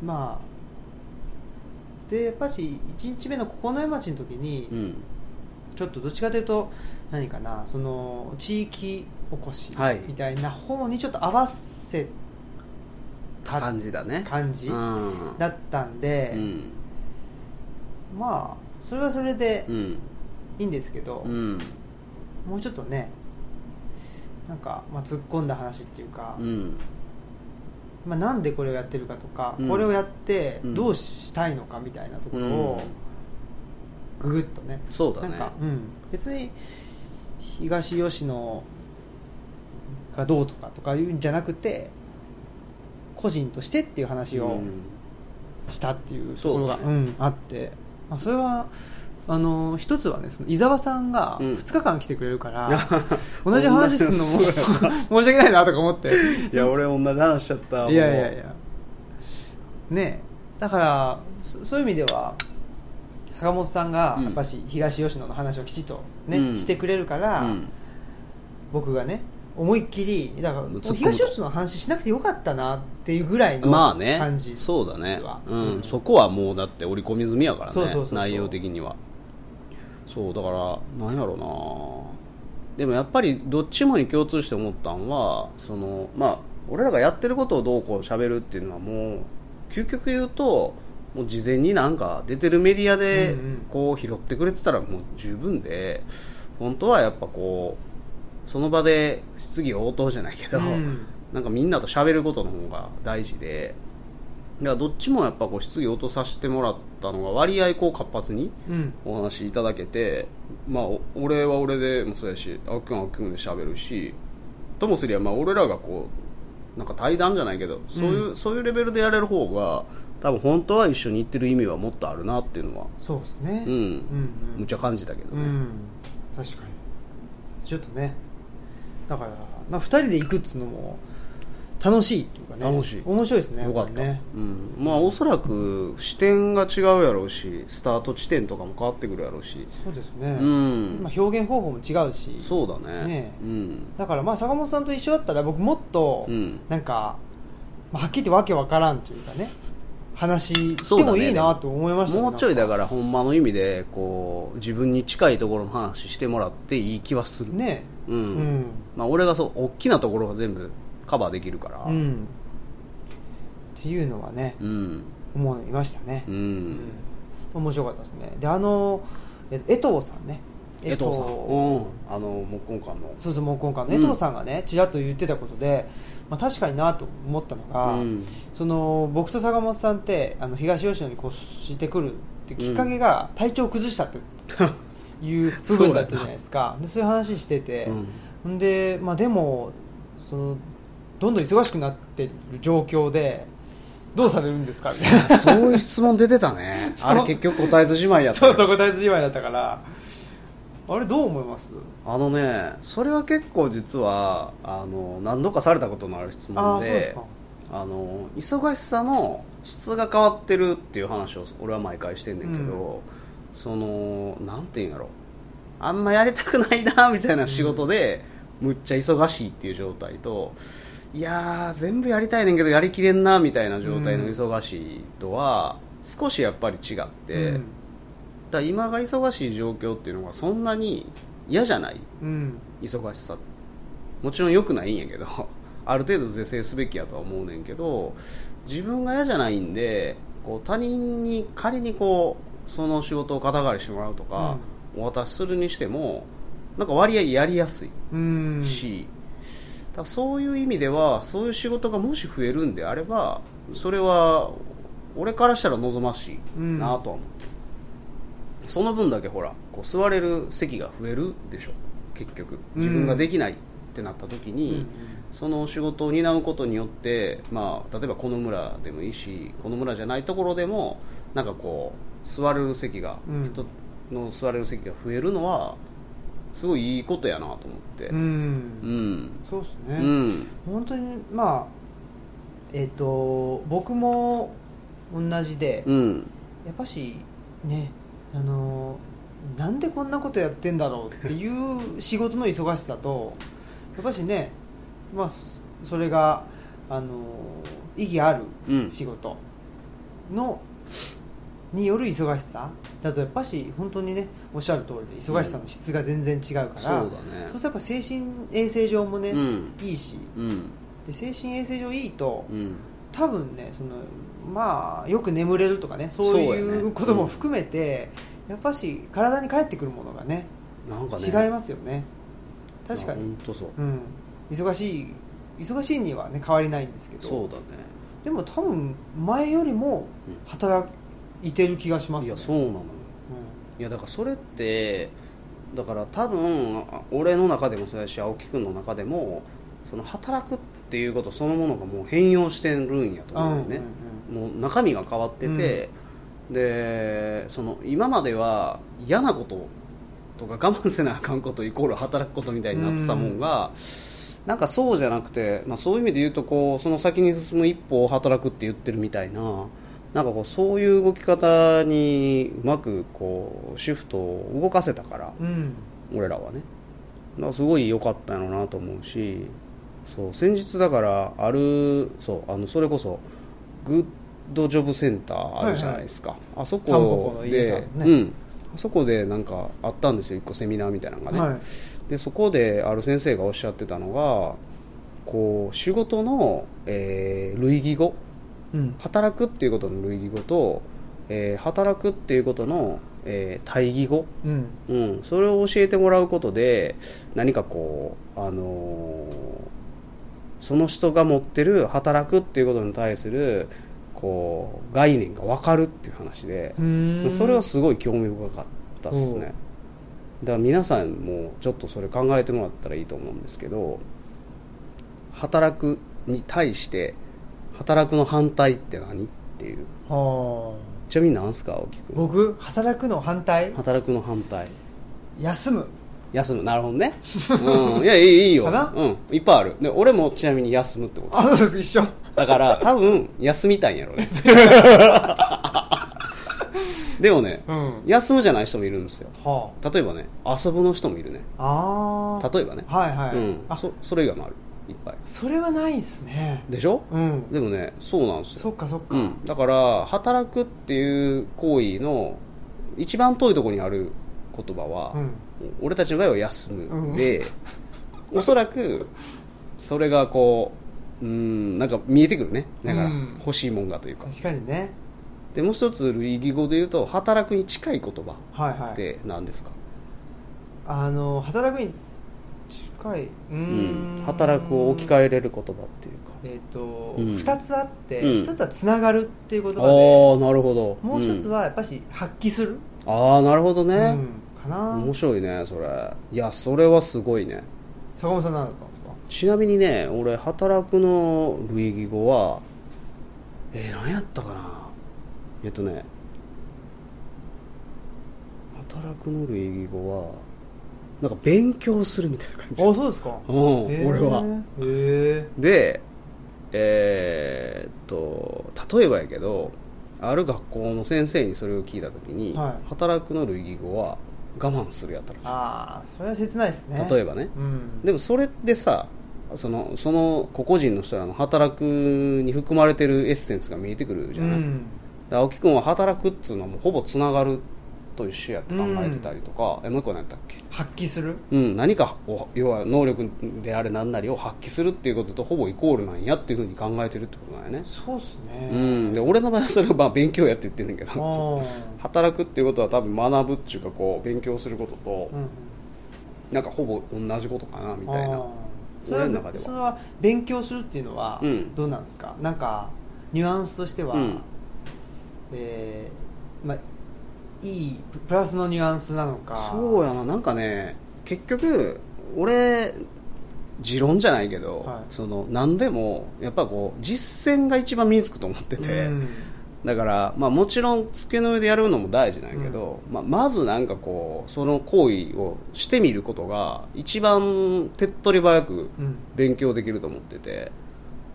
S1: まあでやっぱし1日目の九重町の時に、
S2: うん
S1: ちょっとどっちかというと何かなその地域おこし
S2: はい
S1: みたいな方にちょっと合わせた
S2: 感じだね
S1: 感じ
S2: うん
S1: だったんで、
S2: うん
S1: まあそれはそれで
S2: うん
S1: いいんですけど、
S2: うん
S1: もうちょっとねなんか、まあ、突っ込んだ話っていうか、
S2: うん
S1: まあ、なんでこれをやってるかとか、
S2: うん
S1: これをやって
S2: うん
S1: どうしたいのかみたいなところをググッとね,、
S2: そうだ
S1: なん
S2: ね
S1: か、うん、別に東吉野がどうとかとかいうんじゃなくて個人としてっていう話
S2: う
S1: を
S2: ん
S1: したっていうところが、
S2: そううだね
S1: ん、あって、まあ、それはあの一つはねその伊沢さんが
S2: うん
S1: 2日間来てくれる から、同じ話するのも 申し訳ないなとか思って
S2: いや俺同じ話しちゃった
S1: いやいやいやねえだからそそういう意味では坂本さんが
S2: うん
S1: やっぱし東吉野の話をきちっとね、
S2: うん
S1: してくれるから、
S2: うん
S1: 僕がね思いっきりだから
S2: 突っ込むと
S1: 東吉野の話しなくてよかったなっていうぐらいの
S2: まあね
S1: 感じですわ、
S2: そうだね、うん
S1: うん
S2: そこはもうだって織り込み済みやからね
S1: そうそうそうそう
S2: 内容的にはそうだからなんやろうなでもやっぱりどっちもに共通して思ったんはそのまあ俺らがやってることをどうこう喋るっていうのはもう究極言うともう事前になんか出てるメディアで
S1: うんうん
S2: こう拾ってくれてたらもう十分で本当はやっぱこうその場で質疑応答じゃないけど、
S1: うん
S2: なんかみんなと喋ることの方が大事で、いやどっちもやっぱこう質疑応答させてもらったのが割合こう活発に
S1: うん
S2: お話いただけて、まあ、お俺は俺でもそうやし、青木君は青木君で喋るし、ともすりゃまあ俺らがこうなんか対談じゃないけど、そういう、そういうレベルでやれる方が多分本当は一緒に行ってる意味はもっとあるなっていうのは、
S1: そうですね、
S2: うん、
S1: うん
S2: むっちゃ感じたけど
S1: う
S2: ね。
S1: ん確かにちょっとねだからなんか2人で行くっつうのも楽しいっていうかね
S2: 楽しい
S1: 面白いですね
S2: よかっ
S1: や
S2: た
S1: ぱりね
S2: うんまあ、おそらく視点が違うやろうしスタート地点とかも変わってくるやろうし、
S1: そうですね、
S2: うん
S1: まあ、表現方法も違うし
S2: そうだね
S1: ねえ
S2: うん
S1: だからまあ坂本さんと一緒だったら僕もっと
S2: うん
S1: なんか、まあ、はっきり言ってわけわからんというかね話してもいいなと思いましたね
S2: もうちょい
S1: なん
S2: だからほんまの意味でこう自分に近いところの話してもらっていい気はす
S1: か
S2: る、
S1: ね
S2: う
S1: うんん
S2: まあ、俺がそう大きなところが全部カバーできるから
S1: うん、っていうのはね
S2: うん
S1: 思いましたね
S2: う
S1: うん
S2: ん
S1: 面白かったですねであのえっと江藤さんね
S2: 江藤さん、うん、あの木工館の
S1: そうそうもう今回の
S2: う
S1: 江
S2: ん
S1: 藤さんがねちらっと言ってたことで、まあ、確かになと思ったのが、
S2: うん
S1: その僕と坂本さんってあの東吉野に越してくるってきっかけが体調を崩したって いう部分だったじゃないですかでそういう話してて、んでまあ、でもそのどんどん忙しくなってる状況でどうされるんですかみたいな
S2: そういう質問出てた ね
S1: そう
S2: あれ結局答えずじまいやった
S1: そ
S2: ね
S1: うそう答えずじまいだったからあれどう思います
S2: あのねそれは結構実はあの何度かされたことのある質
S1: ああ
S2: 問
S1: そう
S2: で
S1: ですか
S2: あの忙しさの質が変わってるっていう話を俺は毎回してんねんけど、そのなんていうんやろあんまやりたくないなみたいな仕事で、むっちゃ忙しいっていう状態といやー全部やりたいねんけどやりきれんなみたいな状態の忙しいとは、少しやっぱり違って、
S1: う
S2: だ
S1: ん
S2: から今が忙しい状況っていうのがそんなに嫌じゃない
S1: うん
S2: 忙しさもちろん良くないんやけど ある程度是正すべきやとは思うねんけど自分が嫌じゃないんでこう他人に仮にこうその仕事を肩代わりしてもらうとか、お渡しするにしてもなんか割合やりやすい
S1: うん
S2: し、だからそういう意味ではそういう仕事がもし増えるんであればそれは俺からしたら望ましいなとは思う、その分だけほらこう座れる席が増えるでしょ結局自分ができないってなった時
S1: うん
S2: に、その仕事を担うことによって、まあ、例えばこの村でもいいしこの村じゃないところでもなんかこう座れる席が、
S1: うん
S2: 人の座れる席が増えるのはすごいいいことやなと思って、
S1: うんうん
S2: ん
S1: そうです
S2: う
S1: ね、
S2: ん
S1: 本当にまあえっ、と僕も同じで、
S2: うん
S1: やっぱしねあのなんでこんなことやってんだろうっていう仕事の忙しさ とやっぱしね、まあ、そそれがあの意義ある
S2: うん
S1: 仕事のによる忙しさだとやっぱし本当にねおっしゃる通りで忙しさの質が全然違うから、
S2: そうだね
S1: そうするとやっぱ精神衛生上もね、
S2: うん
S1: いいし
S2: うん
S1: で精神衛生上いいと
S2: うん
S1: 多分ねそのまあよく眠れるとかねそう
S2: そう
S1: い
S2: や
S1: う
S2: ね
S1: ことも含めてや,、っぱし体に返ってくるものがね
S2: なんかね
S1: 違いますよね確かに、
S2: 本当そう
S1: うん、忙しい忙しいにはね変わりないんですけど
S2: そうだ
S1: でも多分前よりも働いてる気がしま
S2: ねい
S1: すね
S2: やそうなのよいやだからそれってだから多分あ俺の中でもそうやし青木君の中でもその働くっていうことそのものがもう変容してるんやと
S1: うん、
S2: 思うよね、もう中身が変わってて、でその今までは嫌なこととか我慢せなあかんことイコール働くことみたいになってたもんが、なんかそうじゃなくて、まあ、そういう意味で言うとこうその先に進む一歩を働くって言ってるみたいな。なんかこうそういう動き方にうまくこうシフトを動かせたから
S1: うんうんうん
S2: 俺らはねだからすごい良かったよなと思うしそう先日だからあるそうあのそれこそグッドジョブセンターあるじゃないですか、あそ
S1: タンポ
S2: こ
S1: ポの家さ
S2: で
S1: んね
S2: うんあそこでなんかあったんですよ一個セミナーみたいなのがね、
S1: はい
S2: でそこである先生がおっしゃってたのがこう仕事の、えー類義語
S1: うん
S2: 働くっていうことの類義語と、えー働くっていうことの、えー対義語
S1: うん
S2: うん、それを教えてもらうことで何かこう、あのーその人が持ってる働くっていうことに対するこう概念が分かるっていう話で
S1: う、ーん
S2: それはすごい興味深かったですねだから皆さんもちょっとそれ考えてもらったらいいと思うんですけど働くに対して働くの反対って何っていう
S1: はあ
S2: ちなみに何すか青木君
S1: 僕働くの反対
S2: 働くの反対
S1: 休む
S2: 休むなるほど ね、うん、いやいいいいよ
S1: かな
S2: うん、いっぱいあるで俺もちなみに休むってこと
S1: あそうです一緒
S2: だから多分休みたいんやろねでもね、
S1: うん
S2: 休むじゃない人もいるんですよ
S1: は
S2: 例えばね遊ぶの人もいるね
S1: ああー
S2: 例えばね、
S1: はいはい、
S2: うん、
S1: あ
S2: そそれ以外もあるいっぱい
S1: それはないですね
S2: でしょ、
S1: うん
S2: でもねそうなんですよ
S1: そっかそっか、
S2: うん、だから働くっていう行為の一番遠いところにある言葉は、
S1: うん
S2: 俺たちの場合は休
S1: うん
S2: むで、おそらくそれがこううんなんか見えてくるねだから
S1: うん
S2: 欲しいもんがというか、
S1: 確かにね
S2: でもう一つ類義語で言うと働くに近い言葉
S1: はいはい
S2: って何ですか、
S1: あの働くに近いうーん
S2: うん、働くを置き換えれる言葉っていうか
S1: えっ、と、
S2: うん
S1: 二つあって、
S2: うん
S1: 一つはつながるっていう言
S2: ああ
S1: 葉で
S2: ーなるほど
S1: もう一つ
S2: ん
S1: はやっぱし発揮する、
S2: ああなるほどね、
S1: うんかな、
S2: 面白いねそれいやそれはすごいね
S1: 坂本さん何だったんですか
S2: ちなみにね俺働くの類義語はえー、何やったかなえっとね働くの類義語はなんか勉強するみたいな感
S1: あ
S2: じ
S1: そうですか
S2: うん俺は
S1: へ
S2: でえーっと例えばやけどある学校の先生にそれを聞いた時に、
S1: はい
S2: 働くの類義語は我慢するやったらしい
S1: ああそれは切ないですね
S2: 例えばね
S1: うん
S2: でもそれってさそのその個々人の人らの働くに含まれてるエッセンスが見えてくるじゃない、
S1: う
S2: で
S1: ん
S2: 青木君は働くっつうのはもうほぼつながると一緒やって考えてたりとか、えもう一個何やったっけ
S1: 発揮する
S2: うん、何かを要は能力であれ何なりを発揮するっていうこととほぼイコールなんやっていうふうに考えてるってことなんやね、
S1: そうっす
S2: う
S1: ね
S2: ん、で俺の場合はそれはまあ勉強やって言ってんだけ
S1: あ
S2: ど
S1: ー
S2: 働くっていうことは多分学ぶっていうかこう勉強することと
S1: うん
S2: なんかほぼ同じことかなみたい
S1: あ
S2: な
S1: ーそれ
S2: 俺の中
S1: は
S2: では
S1: それは勉強するっていうのは
S2: うん
S1: どうなんですか、なんかニュアンスとしては、
S2: うん
S1: えーまあ、いいププラスのニュアンスなのか
S2: そうやななんかね結局俺持論じゃないけど、
S1: はい
S2: その何でもやっぱこう実践が一番身につくと思ってて、
S1: うん
S2: だから、まあ、もちろん机の上でやるのも大事なんやけど、まあ、まずなんかこうその行為をしてみることが一番手っ取り早く
S1: うん
S2: 勉強できると思ってて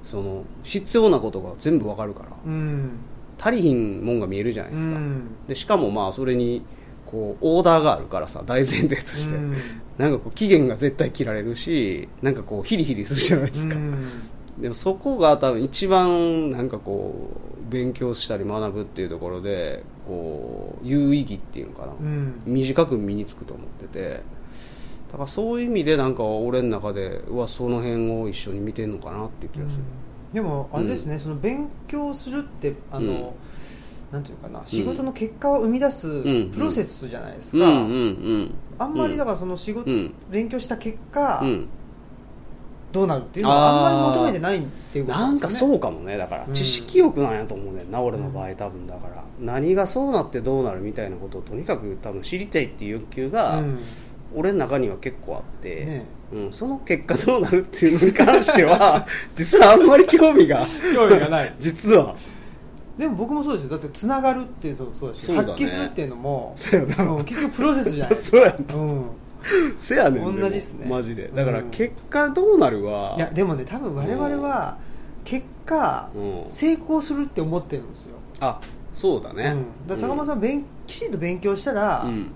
S2: その必要なことが全部わかるから
S1: うん
S2: 足りひんもんが見えるじゃないですか、
S1: うん
S2: でしかもまあそれにこうオーダーがあるからさ大前提として、
S1: うん
S2: なんかこう期限が絶対切られるしなんかこうヒリヒリするじゃないですか、
S1: うん
S2: でもそこが多分一番なんかこう勉強したり学ぶっていうところでこう有意義っていうのかな、
S1: うん
S2: 短く身につくと思っててだからそういう意味でなんか俺の中でうわその辺を一緒に見てんのかなっていう気がする、
S1: でもあれですね、その勉強するってあの、
S2: うん
S1: なんていうかな仕事の結果を生み出す
S2: ん
S1: プロセスじゃないです
S2: うん
S1: か、
S2: うんうん
S1: あんまりだからその仕事、
S2: うん
S1: 勉強した結果、
S2: うん
S1: どうなるっていうのはあんま
S2: あー
S1: り求めてないっていうこと
S2: なんか
S1: ですよね
S2: そうかもねだから
S1: うん
S2: 知識欲なんやと思うねんな、俺の場合多分だから何がそうなってどうなるみたいなことをとにかく多分知りたいっていう欲求が、
S1: うん
S2: 俺の中には結構あって、
S1: ね
S2: うん、その結果どうなるっていうのに関しては 実はあんまり興味が
S1: 興味がない
S2: 実は
S1: でも僕もそうですよだってつながるっていうのもそうだし
S2: そうだね
S1: 発揮するっていうのも
S2: そうやな
S1: うん結局プロセスじゃないですか
S2: そうやな
S1: うん、
S2: せやねんでも
S1: 同じっすね
S2: マジでだから
S1: うん
S2: 結果どうなるはい
S1: やでもね多分我々は結果
S2: うん
S1: 成功するって思ってるんですよ、
S2: あそうだね、
S1: うん、だから坂本さん、勉きちんと勉強したら、
S2: うん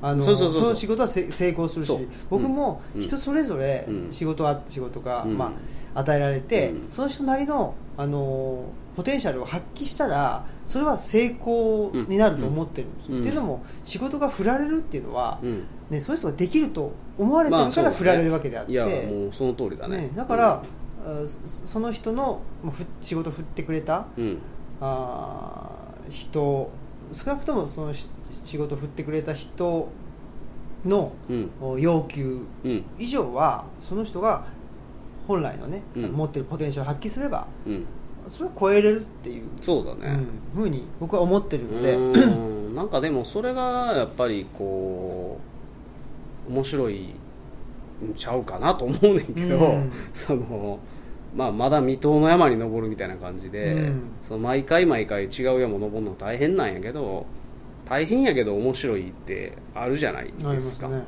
S1: あのそう
S2: そそうそうそう
S1: の仕事はせ成功するし
S2: そう
S1: 僕も
S2: うん
S1: 人それぞれ
S2: うん
S1: 仕事は仕事が、
S2: うん
S1: まあ、与えられて、
S2: うん
S1: その人なりの、あのーポテンシャルを発揮したらそれは成功になると思ってるんですよ、
S2: うん
S1: っていうのも仕事が振られるっていうのは、
S2: うん
S1: ね、そういう人ができると思われて
S2: ま
S1: る
S2: あ
S1: か
S2: そうだ
S1: ら
S2: ね
S1: 振られるわけであって、
S2: いやもうその通りだね
S1: ねだから、あそその人のまあふ仕事を振ってくれた
S2: うん、うん
S1: あー人少なくともそのし仕事を振ってくれた人の
S2: うん
S1: お要求
S2: うん
S1: 以上はその人が本来のね、
S2: うん
S1: 持ってるポテンシャルを発揮すれば
S2: うん
S1: それを超えれるっていう、
S2: そうだね、
S1: うんふうに僕は思ってるので、
S2: うーんなんかでもそれがやっぱりこう面白いんちゃうかなと思うねんけど、
S1: うん
S2: そのまあ、まだ未踏の山に登るみたいな感じで、
S1: うん
S2: その毎回毎回違う山登るの大変なんやけど大変やけど面白いってあるじゃな
S1: あ
S2: い
S1: りま
S2: です
S1: す
S2: か
S1: ね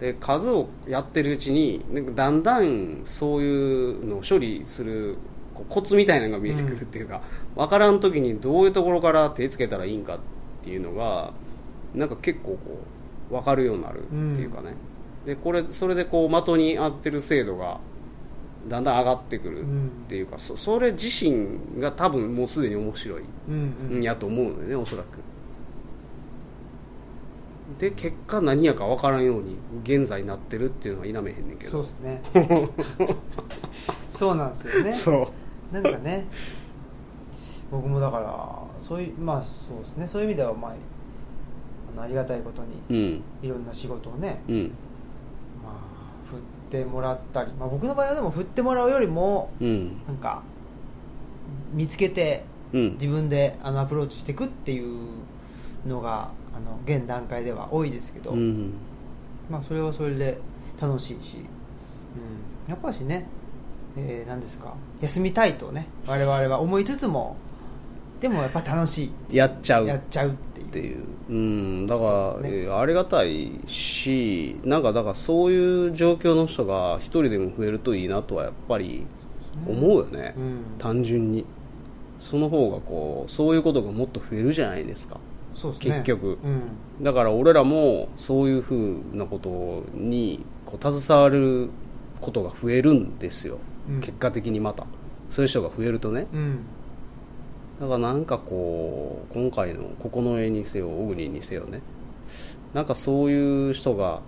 S2: で数をやってるうちになんかだんだんそういうのを処理するこうコツみたいなのが見えてくるっていうか、分からん時にどういうところから手つけたらいいんかっていうのがなんか結構こう分かるようになるっていうかね、でこれそれでこう的に当てる精度がだんだん上がってくるっていうか、そそれ自身が多分もうすでに面白い
S1: うんうん
S2: んやと思うのよねおそらくで結果何やか分からんように現在なってるっていうのは否めへんねんけ
S1: そう
S2: ど
S1: ですね そうなんですよね
S2: そう
S1: なんかね僕もだからそういうまあそうですねそういう意味ではまああのありがたいことに
S2: うん
S1: いろんな仕事をね、
S2: うん
S1: まあ、振ってもらったり、まあ、僕の場合はでも振ってもらうよりも
S2: うん
S1: なんか見つけて
S2: うん
S1: 自分であのアプローチしていくっていうのがあの現段階では多いですけど、
S2: うん
S1: まあ、それはそれで楽しいし、うん、やっぱしね、えー、何ですか休みたいとね我々は思いつつもでもやっぱ楽しい
S2: やっちゃう
S1: やっ
S2: っ
S1: ちゃうっていう
S2: ていう、うん、だか
S1: そうで
S2: ら、
S1: すね
S2: えーありがたいしなんかだからそういう状況の人が一人でも増えるといいなとはやっぱり思うよね、
S1: うん
S2: 単純にその方がこうそういうことがもっと増えるじゃないですか
S1: そうですね
S2: 結局
S1: うん
S2: だから俺らもそういうふうなことにこう携わることが増えるんですよ、
S1: うん
S2: 結果的にまたそういう人が増えるとね
S1: うん
S2: だからなんかこう今回の「ここの絵」にせよ「小国」にせよねなんかそういう人が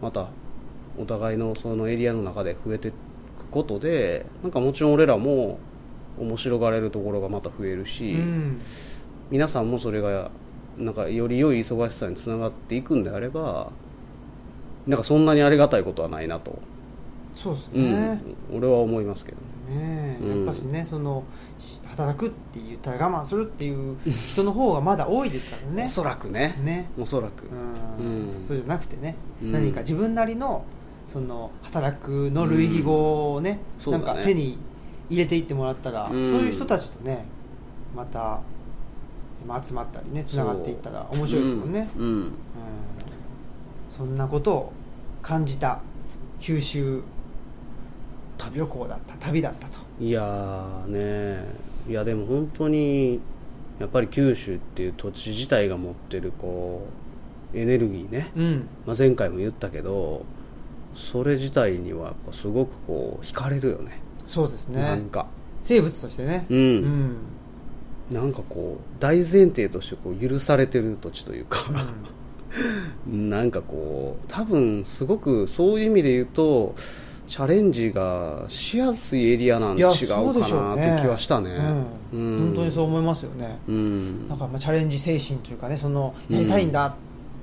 S2: またお互いのそのエリアの中で増えていくことでなんかもちろん俺らも面白がれるところがまた増える
S1: う
S2: し、
S1: ん
S2: 皆さんもそれがなんかより良い忙しさにつながっていくんであればなんかそんなにありがたいことはないなと、
S1: そうです
S2: うん
S1: ね、
S2: 俺は思いますけどね
S1: ね
S2: う
S1: え
S2: ん
S1: やっぱしねそのし働くって言ったら我慢するっていう人の方がまだ多いですからね
S2: おそらくね
S1: ね
S2: おそらく、
S1: うん
S2: うん
S1: そうじゃなくてね、
S2: うん
S1: 何か自分なりのその働くの類義語をね,、
S2: うんそうだ
S1: な
S2: ね
S1: んか手に入れていってもらったら、
S2: うん
S1: そういう人たちとねまたまあ集まったりねつながっていったら面白いですもんね、
S2: うんうん
S1: うんそんなことを感じた九州
S2: 旅
S1: 旅行だった旅だったと
S2: いやーねいやでも本当にやっぱり九州っていう土地自体が持ってるこうエネルギーね、
S1: うん
S2: まあ、前回も言ったけどそれ自体にはやっぱすごくこう惹かれるよね
S1: そうです
S2: なん
S1: ね
S2: か
S1: 生物としてね
S2: うん
S1: うん
S2: なんかこう大前提としてこう許されてる土地というか、なんかこう多分すごくそういう意味で言うとチャレンジがしやすいエリアなん
S1: い
S2: 違
S1: や
S2: うか
S1: そうでしょ
S2: な
S1: う
S2: っ
S1: ね
S2: て気はしたね
S1: うん本当にそう思いますよね
S2: う、うん
S1: なんかまあチャレンジ精神というかねそのやりたいんだっ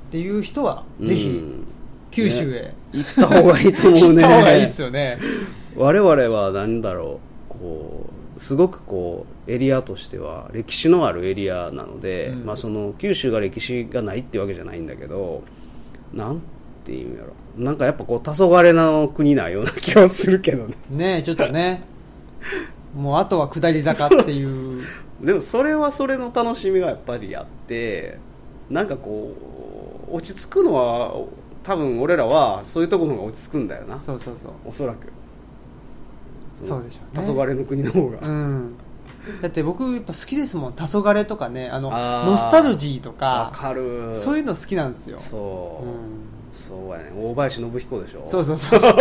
S1: ていう人は、ぜ
S2: う
S1: ひ
S2: ん
S1: 九州 へ
S2: 行った方がいいと思
S1: 行
S2: う
S1: っ
S2: ね
S1: た方がいいですよね
S2: 我々は何だろうこうすごくこうエリアとしては歴史のあるエリアなので、
S1: うん
S2: まあ、その九州が歴史がないってわけじゃないんだけどなんていうんやろなんかやっぱこう黄昏の国なような気がするけどね
S1: ねえちょっと ねもうあとは下り坂っていう
S2: でもそれはそれの楽しみがやっぱりあってなんかこう落ち着くのは多分俺らはそういうところの方が落ち着くんだよな
S1: そうそうそう
S2: おそらく
S1: そうでしょうね
S2: 黄昏の国の方が、
S1: うんだって僕やっぱ好きですもん黄昏とかねあの
S2: あー
S1: ノスタルジーと
S2: わ
S1: か
S2: かる
S1: そういうの好きなんですよ
S2: そう、
S1: うん
S2: そうやね大林信彦でしょ
S1: そうそうそうそう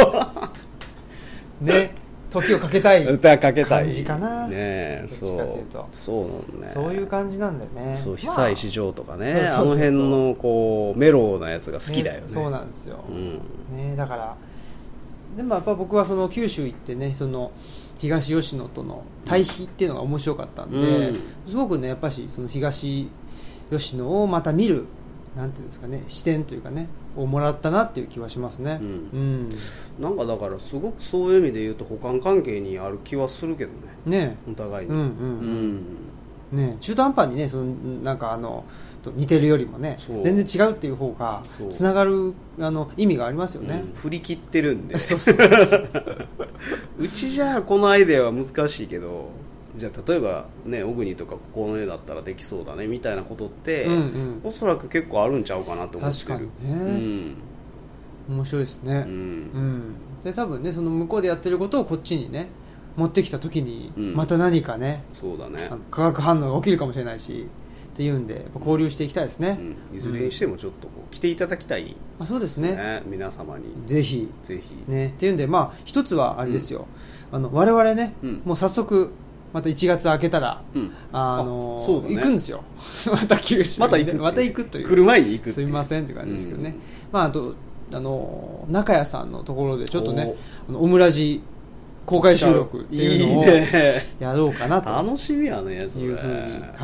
S1: ね時をかけたい
S2: 歌かけたい
S1: 感じかな
S2: ねえ
S1: どっ
S2: そ
S1: ちかっていううと
S2: そうなんね
S1: そういう感じなんだよね
S2: そう被
S1: まあ
S2: 災市場とか
S1: そう
S2: ね、
S1: そうそうそう
S2: あの辺のこうメロウなやつが好きだよね
S1: そうなんですよ、
S2: うん
S1: ねだからでもやっぱ僕はその九州行ってねその東吉野との対比っていうのが面白かったんで、
S2: うん
S1: すごくねやっぱしその東吉野をまた見るなんていうんですかね視点というかねをもらったなっていう気はしますね
S2: うん
S1: うん、
S2: なんかだからすごくそういう意味で言うと補完関係にある気はするけどね
S1: ね
S2: お互いに
S1: うんうんね中途半端にねそのなんかあのと似てるよりもね
S2: そう
S1: 全然違うっていう方が
S2: そう
S1: つながるあの意味がありますよね、
S2: うん振り切ってるんで
S1: そうそうそうそう
S2: うちじゃあこのアイデアは難しいけどじゃあ例えばね小国とかここの絵だったらできそうだねみたいなことって、
S1: うんうん
S2: おそらく結構あるんちゃうかなと思ってる
S1: 確かにね面白いですね、
S2: うん、うん
S1: うん、で多分ねその向こうでやってることをこっちにね持ってきた時に
S2: うん
S1: また何かね、
S2: そうだね
S1: あの化学反応が起きるかもしれないしっていうんでやっぱ交流していきたいですね
S2: う、ん、いずれにしてもちょっとこう来ていただきたいです、
S1: あそうですね
S2: 皆様に
S1: ぜひ
S2: ぜひ、
S1: ねっていうんでまあ一つはあれですよ、あの我々ね、
S2: うん
S1: もう早速また1月明けたら、
S2: うん
S1: あの
S2: あそうだね
S1: 行くんですよ また九州
S2: ま
S1: に
S2: た
S1: ね、
S2: 行くっていう
S1: また行くという
S2: 来る前に行くって
S1: す
S2: いう
S1: みませんという感じですけどね、
S2: うん
S1: まああとあの中谷さんのところでちょっとね
S2: おー
S1: あのオムラジ公開収録っていうのを
S2: いいね
S1: やろうかなと
S2: 楽しみやねそれ
S1: いうふう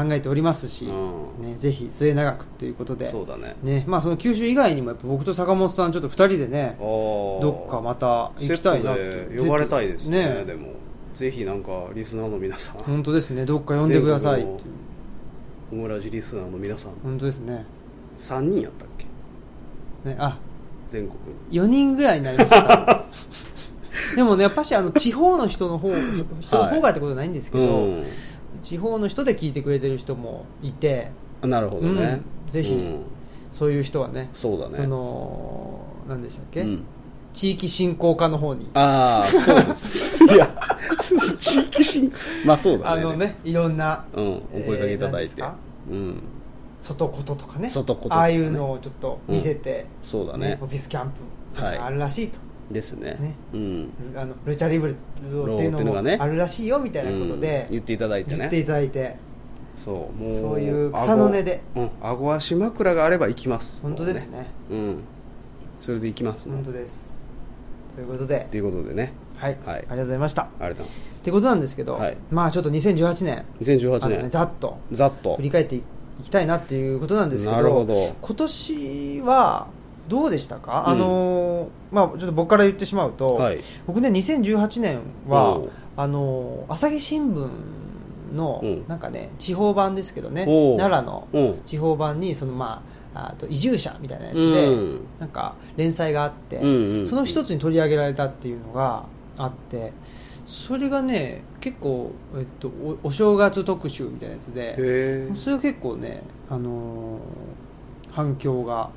S1: に考えておりますし、
S2: うん
S1: ね、ぜひ末永くということで
S2: そうだね
S1: ねまあ、その九州以外にもやっぱ僕と坂本さんちょっと2人でね
S2: ど
S1: どっかまた行きたいなって
S2: 呼ばれたいですね
S1: ね
S2: でもぜひなんかリスナーの皆さん、
S1: 本当ですねどっか呼んでくださいっていう
S2: 全国のオムラジリスナーの皆さん
S1: 本当ですね
S2: 3人やったっけ
S1: ねあ
S2: 全国に
S1: 4人ぐらいになりました でもねやっぱしあの地方の人の方人の方がってことはないんですけど、
S2: うん
S1: 地方の人で聞いてくれてる人もいて
S2: あなるほどね、
S1: うんぜひ
S2: うん
S1: そういう人はね
S2: そうだね
S1: あの何でしたっけ、
S2: うん
S1: 地域振興課の方に
S2: ああそうで すいや地域振まあそうだ
S1: あ
S2: ね
S1: のねいろんな
S2: うん、お声かけいただいて、
S1: えーなん
S2: うん、
S1: 外こととかね
S2: 外こととかね
S1: ああいうのをちょっと見せて、
S2: そうだ
S1: ね
S2: ね
S1: オフィスキャンプとかあるらしいと、
S2: ですね
S1: ね
S2: うん、
S1: ルあのルチャリブルっていう
S2: ローっていうの
S1: の
S2: が
S1: も
S2: ね
S1: あるらしいよみたいなことで
S2: うん言っていただいて
S1: 言
S2: ね
S1: っていただいて、
S2: そうも
S1: そういう草の根で
S2: 顎うん顎足枕があれば行きます
S1: 本当です
S2: も
S1: ね
S2: うねうんそれで行きます
S1: 本当ですということで
S2: ということでね
S1: はい、
S2: は
S1: あ
S2: い
S1: りがとうございましたっ
S2: ありがとうございます
S1: てことなんですけど、
S2: はい
S1: まあちょっと2018年あ
S2: 2018
S1: の
S2: 年
S1: ねざっと
S2: ざっと
S1: 振り返っていきたいなっていうことなんですけど
S2: なるほど
S1: 今年はどうでしたか、
S2: う
S1: あ
S2: ん
S1: のーまあ、ちょっと僕から言ってしまうと、
S2: はい
S1: 僕ね2018年は
S2: おう
S1: あのー朝日新聞の
S2: うん
S1: なんかね地方版ですけどね
S2: おう
S1: 奈良の
S2: うん
S1: 地方版にその、まあ、あと移住者みたいなやつで、
S2: うん
S1: なんか連載があって、
S2: うんうんうん
S1: その一つに取り上げられたっていうのがあってそれがね結構、えっと、おお正月特集みたいなやつで。
S2: へ
S1: それは結構ね、あのー反響が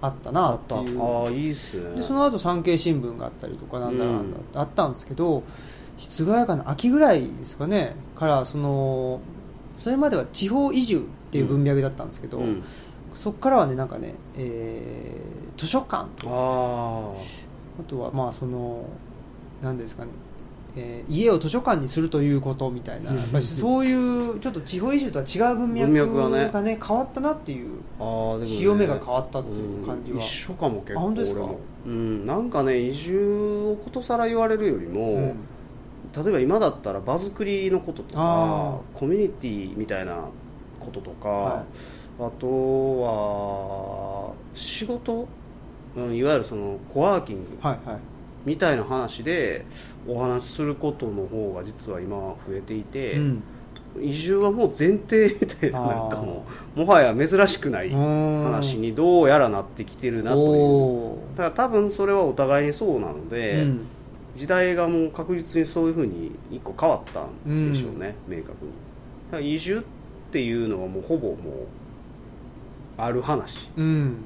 S1: あったなって
S2: あ
S1: いう
S2: あいいっすね
S1: でその後産経新聞があったりとかなんだなんだ
S2: うん
S1: あったんですけど室外かの秋ぐらいですかねからそのそれまでは地方移住っていう文脈だったんですけど、
S2: うん
S1: そこからはねなんかね、えー図書館
S2: あ
S1: あとはまあその何ですかねえー家を図書館にするということみたいなやっぱりそういうちょっと地方移住とは違う文脈がね
S2: 文脈が
S1: 変わったなっていう
S2: あああでもね
S1: 潮目が変わったっていう感じは
S2: ん一緒かも結構
S1: あ本当ですか
S2: 俺もうんなんかね移住をことさら言われるよりも、例えば今だったら場作りのことと
S1: あ
S2: かコミュニティみたいなこととか、
S1: は
S2: あとは仕事うんいわゆるそのコワーキング
S1: はいはい
S2: みたいな話でお話しすることの方が実は今は増えていて、
S1: うん
S2: 移住はもう前提みたいな
S1: あー
S2: なんかもうもはや珍しくない話にどうやらなってきてるなという
S1: おー
S2: だから多分それはお互いにそうなので、
S1: うん
S2: 時代がもう確実にそういうふうに一個変わったんでしょうね、明確にだから移住っていうのはもうほぼもうある話
S1: うん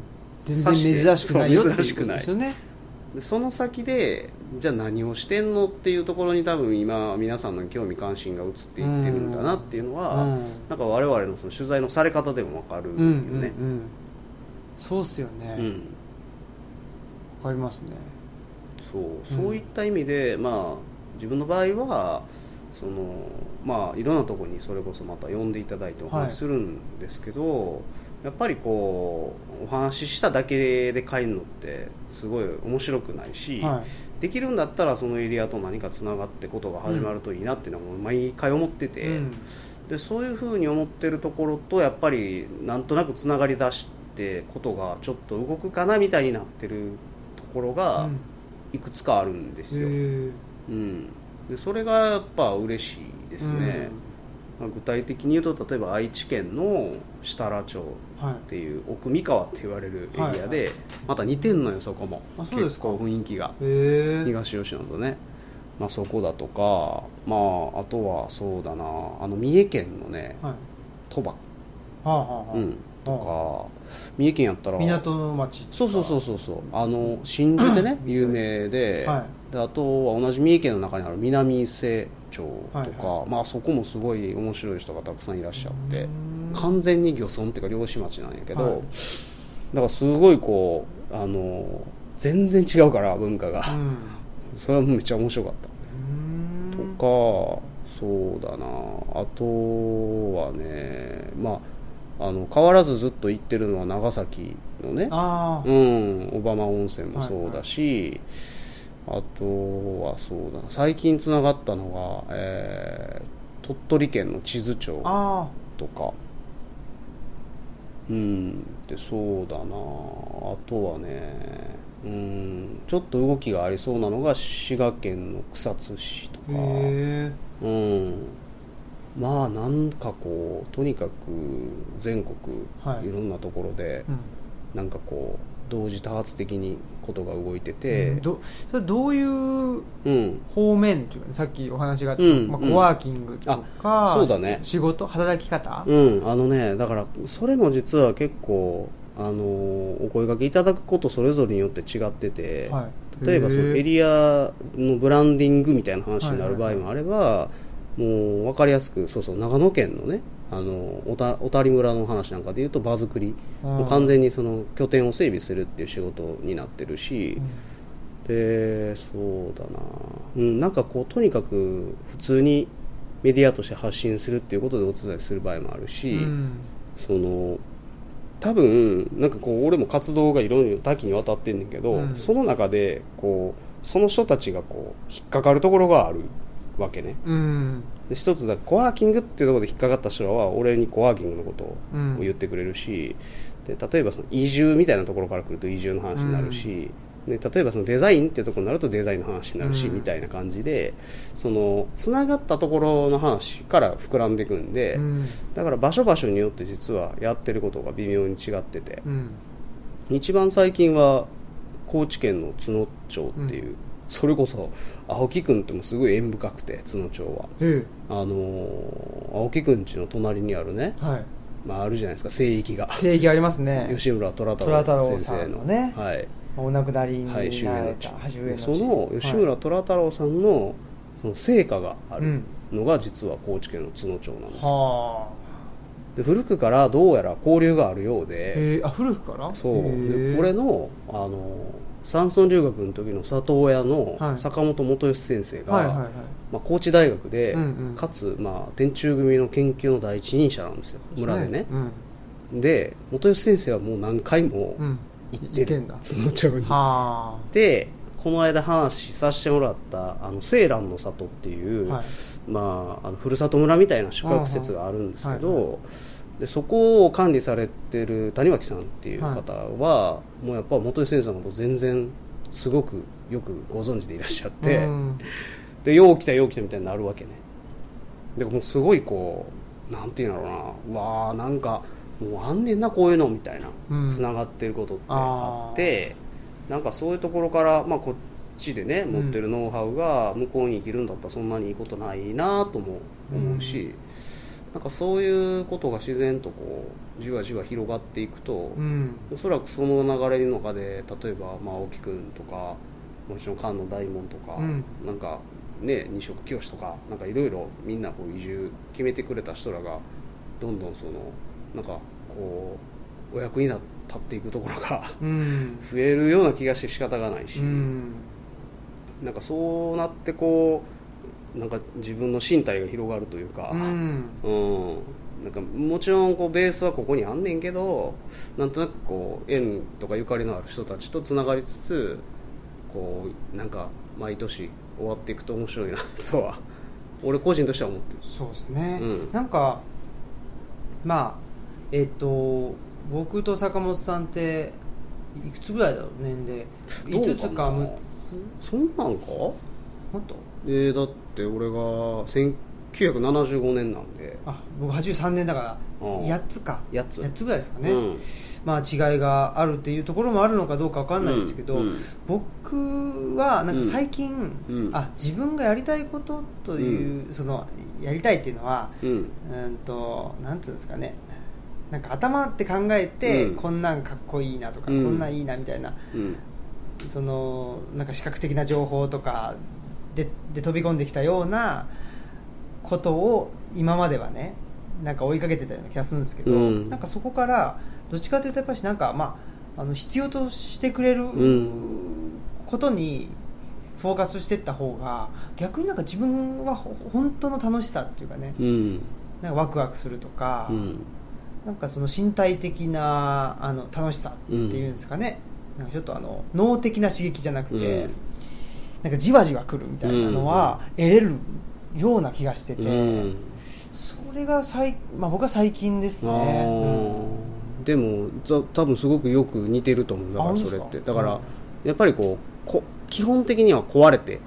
S1: 全然珍しくないよっていう
S2: そう珍しくな
S1: ことで
S2: い
S1: すよね
S2: でその先でじゃあ何をしてんのっていうところに多分今皆さんの興味関心が移っていってるんだなっていうのは、
S1: うん
S2: なんか我々のその取材のされ方でも分かるよ
S1: うんうんう
S2: ね
S1: んそうっすよ
S2: う
S1: ね
S2: ん、
S1: わかりますね
S2: そうそういった意味で、まあ、自分の場合はその、まあ、いろんなところにそれこそまた呼んでいただいてお
S1: はい
S2: 話しするんですけど、やっぱりこうお話ししただけで帰るのってすごい面白くないし、
S1: は
S2: できるんだったらそのエリアと何かつながってことが始まるといいなっていうのはもう毎回思って
S1: い
S2: て、
S1: うん
S2: でそういうふうに思ってるところとやっぱりなんとなくつながりだしてことがちょっと動くかなみたいになってるところが。
S1: うん
S2: いくつかあるんですよ、
S1: へ
S2: うん、でそれがやっぱ嬉しいですね、まあ具体的に言うと例えば愛知県の設楽町
S1: ーはい
S2: っていう奥三河って言われるエリアで、また似てんのよそこも
S1: あそうですか
S2: 結構雰囲気が
S1: へー
S2: 東吉野とね、まあ、そこだとか、まあ、あとはそうだなあの三重県のね
S1: はい
S2: 鳥羽、
S1: はあはあはあ
S2: うん、とか三重県やったら
S1: 港の町
S2: そうそうそうそうそうあの真珠でね有名で,、
S1: は
S2: であとは同じ三重県の中にある南伊勢町とか、
S1: はいは
S2: まあそこもすごい面白い人がたくさんいらっしゃって
S1: うん
S2: 完全に漁村っていうか漁師町なんやけど、
S1: はい
S2: だからすごいこうあの全然違うから文化が、
S1: うん
S2: それはもうめっちゃ面白かった
S1: うん
S2: とかそうだなあとはねまああの変わらずずっと行ってるのは長崎のね
S1: ああ
S2: うん、小浜温泉もそうだし、あとはそうだな最近つながったのが、えー鳥取県の智頭町
S1: あ
S2: とかうんでそうだなあとはねうんちょっと動きがありそうなのが滋賀県の草津市と
S1: あ
S2: か
S1: へえ
S2: うんまあなんかこうとにかく全国、
S1: はい
S2: い、ろんなところで、
S1: うん
S2: なんかこう同時多発的にことが動いて
S1: う
S2: て
S1: ん、どそれどういう
S2: うん、
S1: 方面というか、ね、さっきお話があった、
S2: うん
S1: まあ、
S2: うん
S1: コワーキングとか、
S2: あそうだね
S1: 仕事働き方、
S2: うん、あのねだからそれも実は結構あのお声掛けいただくことそれぞれによって違ってて、
S1: はい
S2: 例えばそのエリアのブランディングみたいな話になる場合もあれば、もう分かりやすくそうそう長野県のねあのおた小谷村の話なんかでいうと場作り、
S1: うん
S2: もう完全にその拠点を整備するっていう仕事になってるし、でそうだな、うん、なんかこうとにかく普通にメディアとして発信するっていうことでお伝えする場合もある
S1: う
S2: し、
S1: んうん
S2: その多分なんかこう俺も活動がいろいろ多岐にわたってんねんけど、
S1: うん
S2: その中でこうその人たちがこう引っかかるところがあるわけね
S1: うん
S2: で一つだコワーキングっていうところで引っかかった人らは俺にコワーキングのことを
S1: うん
S2: 言ってくれるし、で例えばその移住みたいなところから来ると移住の話になるし、で例えばそのデザインっていうところになるとデザインの話になるし、
S1: うん
S2: みたいな感じでそのつながったところの話から膨らんでいくんで、
S1: うん
S2: だから場所場所によって実はやってることが微妙に違ってて
S1: う、ん
S2: 一番最近は高知県の津野町っていう、それこそ青木君ってもすごい縁深くて津野町は
S1: え
S2: あのー青木君家の隣にあるね、
S1: えはい
S2: まあ、あるじゃないですか聖域が
S1: 定義ありますね
S2: 吉村虎太
S1: 虎太
S2: 郎
S1: 郎
S2: 先
S1: さ
S2: 生
S1: ん
S2: の
S1: のね
S2: はい
S1: お亡くなりになら
S2: は
S1: れ
S2: い、周辺の
S1: た
S2: 地
S1: 初上の地
S2: その吉村
S1: はい
S2: 虎太郎さんのその成果があ
S1: う
S2: る
S1: ん
S2: のが実は高知県の津野町なんですよ、
S1: はあ
S2: で古くからどうやら交流があるようで、
S1: ええあ古くから
S2: そう
S1: へ
S2: で
S1: え
S2: 俺のあの山村留学の時の里親
S1: は
S2: の
S1: い
S2: 坂本元義先生が、
S1: はいはいはい
S2: まあ、高知大学で、
S1: うんうん
S2: かつ、まあ、天中組の研究の第一人者なんですよ村でね
S1: うん
S2: で元義先生はもう何回も
S1: うん
S2: 行ってる、
S1: 行ってんだ
S2: 津野町に
S1: は
S2: でこの間話させてもらったあの青蘭の里っていう、
S1: あはい
S2: まあ、あのふるさと村みたいな宿泊施設があるんです
S1: う
S2: け
S1: んうん
S2: ど、でそこを管理されてる谷脇さんっていう方は、もうやっぱ元井先生のこと全然すごくよくご存知でいらっしゃって、
S1: うん
S2: でよう来たよう来たみたいになるわけねでもうすごいこうなんていうんだろうなうわあなんかもうあんねんなこういうのみたいな
S1: うん
S2: つな、繋がってることってあってなんかそういうところから、まあ、こっちでね持ってるノウハウが向こうに生きるんだったらそんなにいいことないなとも思うし、なんかそういうことが自然とこうじわじわ広がっていくと、
S1: うん
S2: おそらくその流れの中で例えば、まあ、青木君とかもちろん菅野大門とか、
S1: うん
S2: なんかね二色清とかなんかいろいろみんなこう移住決めてくれた人らがどんどんそのなんかこうお役にな立っていくところが
S1: うん
S2: 増えるような気がして仕方がないし、
S1: うん
S2: なんかそうなってこうなんか自分の身体が広がるというか。
S1: うん
S2: うん、なんかもちろんこうベースはここにあんねんけどなんとなくこう縁とかゆかりのある人たちとつながりつつこうなんか毎年終わっていくと面白いなとは俺個人としては思ってる
S1: そうですね、
S2: うん
S1: なんかまあえっ、と僕と坂本さんっていくつぐらいだろう年齢
S2: どうかな
S1: 5つか6つ
S2: そんなんか
S1: もっと
S2: えー、だって俺が1975年なんで
S1: あ僕83年だから
S2: うん
S1: 8つか
S2: 8つ
S1: 8つぐらいですかね、
S2: うん
S1: まあ違いがあるっていうところもあるのかどうかわかんないですけど、
S2: うんうん
S1: 僕はなんか最近、
S2: うん
S1: あ自分がやりたいことという、そのやりたいっていうのは
S2: うん
S1: うんとなんつうんですかねなんか頭って考えて、
S2: うん
S1: こんなんかっこいいなとか、
S2: うん
S1: こんなんいいなみたいな
S2: うん
S1: そのなんか視覚的な情報とかでで飛び込んできたようなことを今まではねなんか追いかけてたような気がするんですけど、
S2: うん
S1: なんかそこからどっちかというとやっぱしなんか、まあ、あの必要としてくれる
S2: うん
S1: ことにフォーカスしていった方が逆になんか自分はほ本当の楽しさっていうかね
S2: うん
S1: なんかワクワクするとか、
S2: うん
S1: なんかその身体的なあの楽しさっていうんですかね、なんかちょっとあの脳的な刺激じゃなくて、
S2: うん
S1: なんかじわじわくるみたいなのは得れるような気がしてて、
S2: うん
S1: それが最、まあ、僕は最近です
S2: あ
S1: ね、
S2: ー
S1: うん
S2: でもた多分すごくよく似てると思うだか
S1: あ
S2: ら
S1: 本当
S2: それっ
S1: で
S2: て
S1: すか
S2: だから、
S1: うん
S2: やっぱりこうこ基本的には壊れて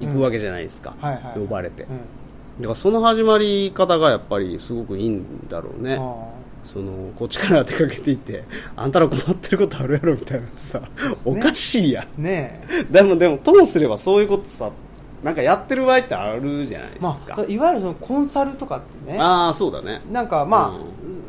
S2: いくわけじゃないですか、
S1: はいはい
S2: 呼ばれて、
S1: うん
S2: だからその始まり方がやっぱりすごくいいんだろう
S1: あ
S2: ね
S1: あ
S2: そのこっちから出かけていってあんたら困ってることあるやろみたいなのってさ、
S1: す
S2: お
S1: ね
S2: かしいやん
S1: ねえ
S2: でもでもともすればそういうことさなんかやってる場合ってあるじゃ ないで
S1: ます
S2: か、
S1: あ、いわゆるそのコンサルとかってね
S2: ああそうだね
S1: なんかま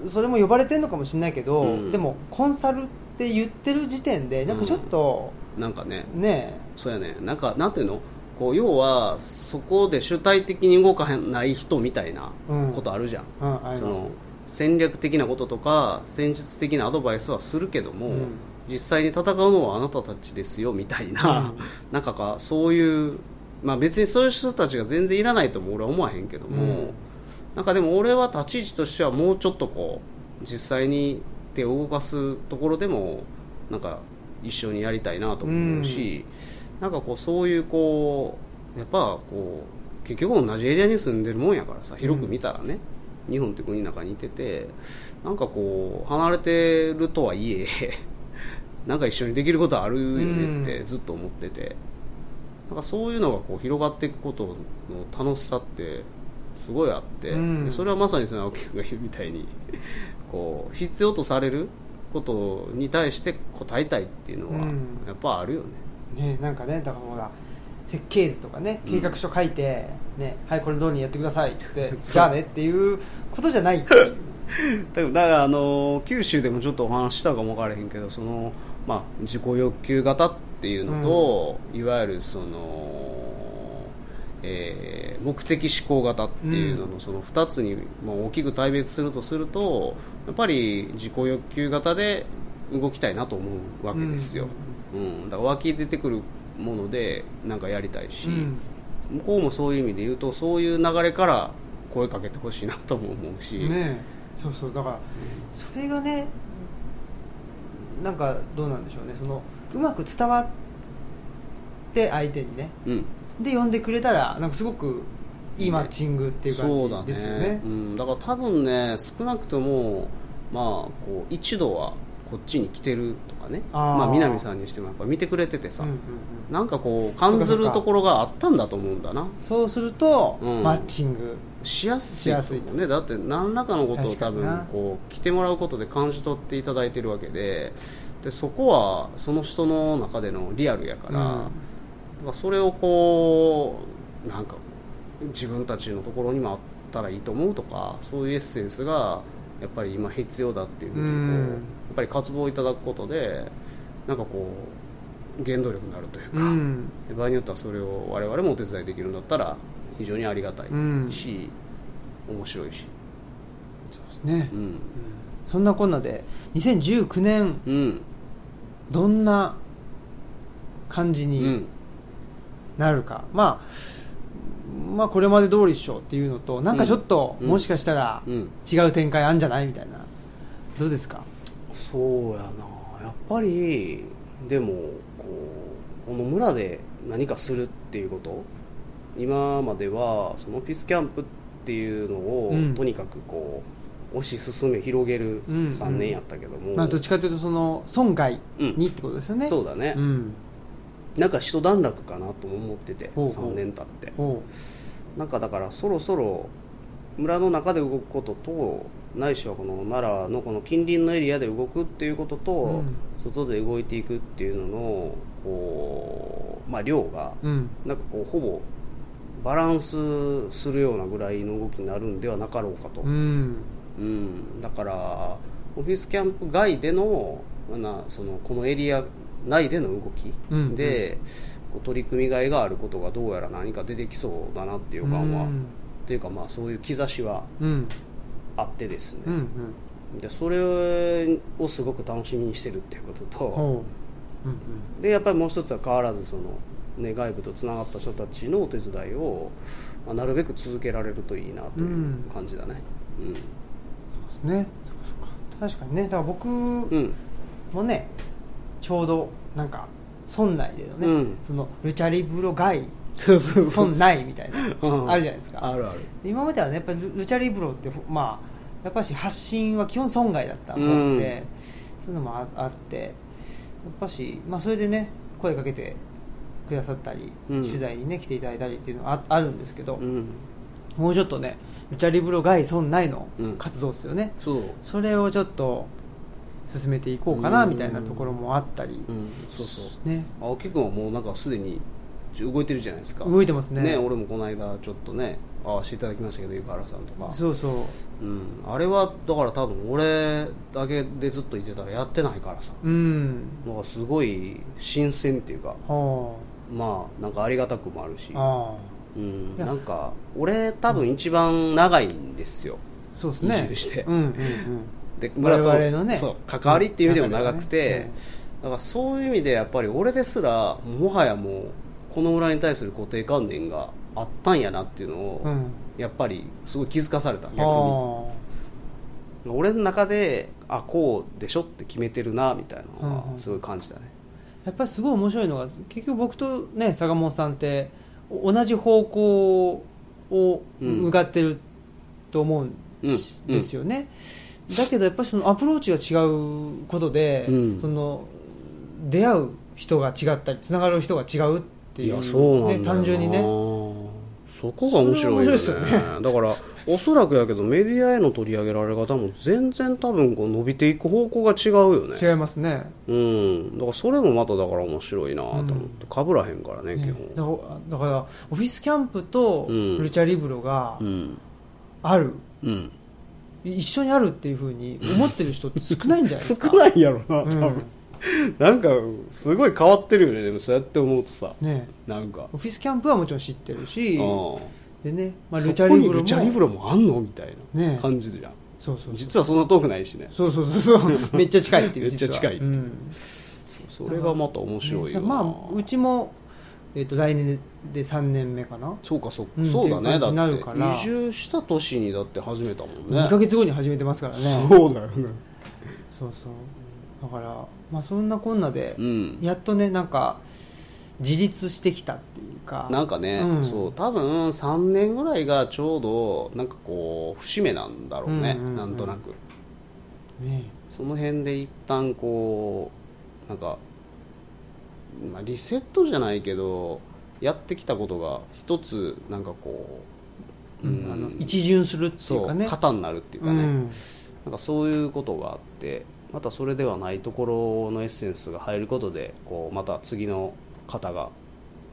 S1: あ、それも呼ばれてるのかもしれないけど、
S2: うん
S1: でもコンサルって言ってる時点でなんかちょっと、
S2: なんかね
S1: ね
S2: そうやねなんかなんていうのこう要はそこで主体的に動かへんない人みたいな
S1: うん
S2: ことあるじゃん、
S1: え、うん、あります
S2: その戦略的なこととか戦術的なアドバイスはするけども、
S1: うん
S2: 実際に戦うのはあなたたちですよみたいな、
S1: うん
S2: なんかかそういう、まあ、別にそういう人たちが全然いらないとも俺は思わへんけども、
S1: うん
S2: なんかでも俺は立ち位置としてはもうちょっとこう実際に手を動かすところでもなんか一緒にやりたいなと思うし、なんかこうそういうこうやっぱこう結局同じエリアに住んでるもんやからさ広く見たらね、日本って国の中にいててなんかこう離れてるとはいえ なんか一緒にできることあるよねってずっと思ってて、なんかそういうのがこう広がっていくことの楽しさってすごいあって、
S1: うん
S2: でそれはまさにその青木君が言うみたいに こう必要とされることに対して答えたいっていうの
S1: うん
S2: はやっぱあるよね、
S1: ねえなんかねだからほら設計図とかね計画書書いて、ね、はいこれ通りにやってくださいっつって
S2: そう
S1: じゃあねっていうことじゃないっていう
S2: だからだからあの九州でもちょっとお話ししたかも分からへんけどその、まあ、自己欲求型っていうのと、いわゆるその、えー目的思考型っていうのの,、その2つに、まあ、大きく大別するとするとやっぱり自己欲求型で動きたいなと思うわけですよ、うんだから湧き出てくるものでなんかやりたいし、
S1: うん
S2: 向こうもそういう意味で言うとそういう流れから声かけてほしいなとも思うし。
S1: ねえそうそうだからそれがねなんかどうなんでしょうねそのうまく伝わって相手にね
S2: うん
S1: で呼んでくれたらなんかすごくいいマッチングっていう
S2: そうだ
S1: 感じですよね
S2: うん、だから多分ね少なくとも、まあ、こう一度はこっちに来てるとかね
S1: あー
S2: まあ、南さんにしてもやっぱ見てくれててさ、
S1: うんうんうん
S2: なんかこう感ず
S1: そうかそう
S2: る
S1: か
S2: ところがあったんだと思うんだな
S1: そうすると、
S2: うん
S1: マッチング
S2: しやすいと
S1: しやすい
S2: 思
S1: と
S2: うねだって何らかのことを
S1: 確か
S2: 多
S1: にな
S2: 分こう来てもらうことで感じ取っていただいてるわけででそこはその人の中でのリアルやから、
S1: うん
S2: だからそれをこうなんか自分たちのところにもあったらいいと思うとかそういうエッセンスがやっぱり今必要だっていうふうにこう、
S1: うん
S2: やっぱり活動をいただくことでなんかこう原動力になるというか、
S1: うん
S2: で場合によってはそれを我々もお手伝いできるんだったら非常にありがたい
S1: うん
S2: し、面白いし、
S1: そうですね、
S2: う
S1: うん
S2: ん
S1: そんなこんなで2019年
S2: うん
S1: どんな感じ
S2: う
S1: に
S2: ん
S1: なるか、まあまあこれまで通りっしょっていうのとなんかちょっと、
S2: うん
S1: もしかしたら
S2: うん
S1: 違う展開あんじゃないみたいなどうですか
S2: そうやなやっぱりでもこうこの村で何かするっていうこと今まではそのピースキャンプっていうのを、
S1: うん
S2: とにかくこう推し進め広げる
S1: うんうん
S2: 3年やったけども、
S1: まあ、どっちかというとその損害にってことですよね、
S2: そうだね、
S1: うん
S2: なんか一段落かなとも思ってて
S1: ほうほう
S2: 3年経って
S1: おう
S2: なんかだからそろそろ村の中で動くこととないしはこの奈良のこの近隣のエリアで動くっていうことと、
S1: うん
S2: 外で動いていくっていうののこう、まあ、量が
S1: うん
S2: なんかこうほぼバランスするようなぐらいの動きになるんではなかろうかと、
S1: うん
S2: うんだからオフィスキャンプ外でのなそのこのエリア内での動き
S1: うん
S2: で、こう取り組みがいがあることがどうやら何か出てきそうだなっていうう感は、
S1: ん
S2: というかまあそういう兆しは
S1: うん
S2: あってです
S1: うんう
S2: ね、
S1: ん
S2: でそれをすごく楽しみにしてるっていうことと、
S1: ほううん
S2: でやっぱりもう一つは変わらずその、ね、外部とつながった人たちのお手伝いを、まあ、なるべく続けられるといいなという感じだね
S1: うんねそうかそうか確かにねだから僕
S2: うんうん
S1: もねちょうどなんか村内でのね、
S2: うん
S1: そのルチャリブロ外
S2: そうそう
S1: 村内みたいな
S2: うん
S1: あるじゃないですか
S2: あるある
S1: 今まではねやっぱりルルチャリブロってまあやっぱし発信は基本損害だったもんで、そういうのもああってやっぱし、まあ、それでね声かけてくださったり、
S2: うん
S1: 取材にね来ていただいたりっていうのはああるんですけど、
S2: うん
S1: もうちょっとねルチャリブロ外損ないの
S2: うん
S1: 活動ですよね、
S2: そう、
S1: それをちょっと進めていこうかな
S2: うん
S1: みたいなところもあったり、
S2: うん、そうそう
S1: ね
S2: 青木君はもうなんかすでに動いてるじゃないですか
S1: 動いてますね
S2: ね俺もこの間ちょっとね会わせていただきましたけど湯原さんとか
S1: そうそう
S2: うん、あれはだから多分俺だけでずっといてたらやってないからさ
S1: うん
S2: なんかすごい新鮮っていうか
S1: は
S2: まあなんかありがたくもあるし
S1: あ、ああ
S2: うん、
S1: いや
S2: なんか俺多分一番長いんですよ、
S1: そうですね
S2: 移住して
S1: うんうんうん
S2: で村と
S1: 我々のね
S2: そう関わりっていう意味でも長く
S1: 流れ
S2: て、
S1: がね
S2: だからそういう意味でやっぱり俺ですらもはやもうこの裏に対する固定観念があったんやなっていうのを、
S1: うん
S2: やっぱりすごい気づかされた逆
S1: あ
S2: に
S1: あ
S2: 俺の中であこうでしょって決めてるなみたい
S1: う
S2: な
S1: ん
S2: の
S1: う
S2: は
S1: ん
S2: すごい感じたね、
S1: やっぱりすごい面白いのが結局僕とね坂本さんってお同じ方向を
S2: うん
S1: 向かってると思うん
S2: うん
S1: しですよね、だけどやっぱりそのアプローチが違うことで、
S2: うん
S1: その出会う人が違ったりつながる人が違うっていう,、ね、単純にね
S2: そこが面白いよね
S1: それは面白いです
S2: だからおそらくやけどメディアへの取り上げられ方も全然多分こう伸びていく方向が違うよね
S1: 違いますね
S2: うん、だからそれもまただから面白いなと思って、かぶらへんからね、基
S1: ねだ
S2: 本。
S1: からだからオフィスキャンプと
S2: うん
S1: ルチャリブロが
S2: うん、
S1: ある、
S2: うん、
S1: 一緒にあるっていうふうに思ってる人って少ないんじゃないです
S2: 少
S1: か
S2: ないやろな、多
S1: うん
S2: 分、なんかすごい変わってるよね、でもそうやって思うとさ、
S1: ね
S2: なんか、
S1: オフィスキャンプはもちろん知ってるし
S2: うん
S1: でね、まあ、
S2: そ
S1: ルチャ
S2: こ
S1: リ
S2: に
S1: ブロ
S2: ル
S1: も
S2: チャリブロもあんのみたい
S1: ね
S2: な感じじゃん、
S1: そうそう
S2: 実はそんな遠くないしね、
S1: そうそうそうそう めっちゃ近いっていう
S2: めっちゃ
S1: 実は
S2: 近いって
S1: うん
S2: それがまた面白いよ
S1: ね
S2: な、
S1: まあうちも、えっと来年で3年目かな、
S2: そうかそうか、
S1: うん
S2: そうだね、
S1: って
S2: だ
S1: いう感じになる
S2: っ
S1: か
S2: て、
S1: ら
S2: 移住した年にだって始めたもん
S1: 二2ヶ
S2: ね、
S1: 月後に始めてますからね
S2: そうだよね、
S1: そうそうだから、まあ、そんなこんなで
S2: うん、
S1: やっとねなんか自立してきたっていうか
S2: なんかね、
S1: うん
S2: そう多分3年ぐらいがちょうどなんかこう節目なんだろうね、
S1: うんうんうん
S2: なんとなく
S1: ね
S2: その辺で一旦こうなんか、まあ、リセットじゃないけどやってきたことが一つなんかこう、
S1: うんあの一巡するってい
S2: そう
S1: か
S2: う
S1: ね
S2: 型になるっていうかね、
S1: うん
S2: なんかそういうことがあってまたそれではないところのエッセンスが入ることでこうまた次の型が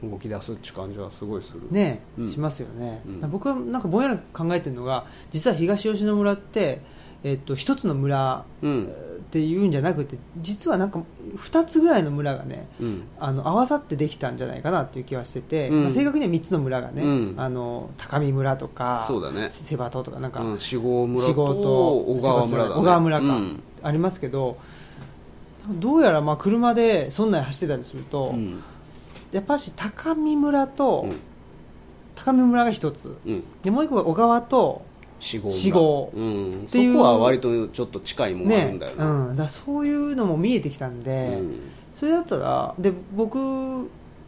S2: 動き出すっていう感じはすごいする。
S1: ね
S2: うん
S1: しますよね、
S2: うん
S1: 僕はなんかぼんやり考えてるのが実は東吉野村って、えっと一つの村
S2: うん
S1: っていうんじゃなくて実はなんか2つぐらいの村がね
S2: うん
S1: あの合わさってできたんじゃないかなっていう気はしてて、
S2: うん
S1: まあ正確には3つの村がね、
S2: うん
S1: あの高見村とか
S2: そうだね
S1: 瀬場島とかなんか、
S2: うん、四号村
S1: 四
S2: と
S1: 号と
S2: 小川村だ、ね、
S1: 小川村か、
S2: うん
S1: ありますけどどうやらまあ車で村内走ってたりすると、
S2: うん
S1: やっぱし高見村と、
S2: うん
S1: 高見村が1つ
S2: うん、
S1: でもう一個が小川と
S2: 四号村
S1: 四号
S2: うん、
S1: っていう
S2: そこは割とちょっと近いもんあるんだよ
S1: う
S2: な、
S1: ん、だからそういうのも見えてきたんで、
S2: うん
S1: それだったらで僕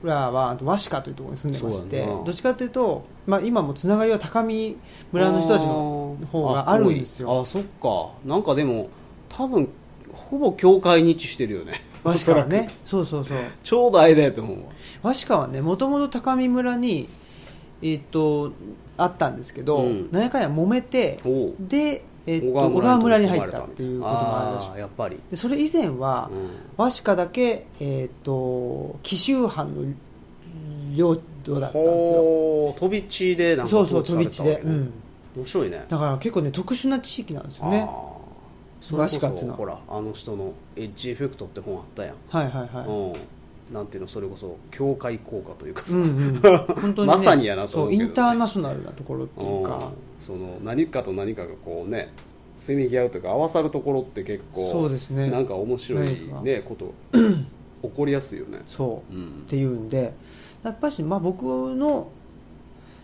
S1: らはあと和鹿というところに住んでまして
S2: そうだな
S1: どっちかというと、まあ、今もつながりは高見村の人たちの方があるんです
S2: あ
S1: よ
S2: 多いあそっかなんかでも多分ほぼ境界に位置してるよね
S1: 和鹿はねそうそうそう
S2: ちょうど間やと思うわ
S1: 和鹿はねもともと高見村にえっとあったんですけど、
S2: うん
S1: 何回か揉めて
S2: おう
S1: で、えっと小
S2: 小
S1: 川村
S2: 川村
S1: に
S2: に
S1: 入
S2: 入
S1: っ
S2: ったた
S1: っていうこともあるらし
S2: あ
S1: く
S2: ーやっぱり、
S1: でそれ以前は、
S2: うん
S1: 和鹿だけ、えー、と紀州藩の領土だったんですよ
S2: ほう飛び地でなんか
S1: そうそう飛
S2: 統
S1: び
S2: 治
S1: 地
S2: され
S1: で、
S2: たわけ
S1: う
S2: ね
S1: ん、
S2: 面白いね
S1: だから結構ね特殊な地域なんですよ
S2: あ
S1: ね
S2: ーそれこ
S1: 確かっていうの
S2: そ
S1: は
S2: ほらあの人の「エッジエフェクト」って本あったやん、
S1: はいはいは
S2: うん、なんていうのそれこそ境界効果というか
S1: い、
S2: さ、
S1: うん
S2: うん
S1: うん、本当に、ね、
S2: まさにやなと思うけど
S1: そう
S2: ね
S1: インターナショナルなところっていうか
S2: その何かと何かがこうねせめぎ合うというか合わさるところって結構
S1: そうですね
S2: なんか面白い
S1: 何か
S2: ねこと起こりやすいよね
S1: そう、
S2: うん
S1: っていうんでやっぱし、まあ、僕の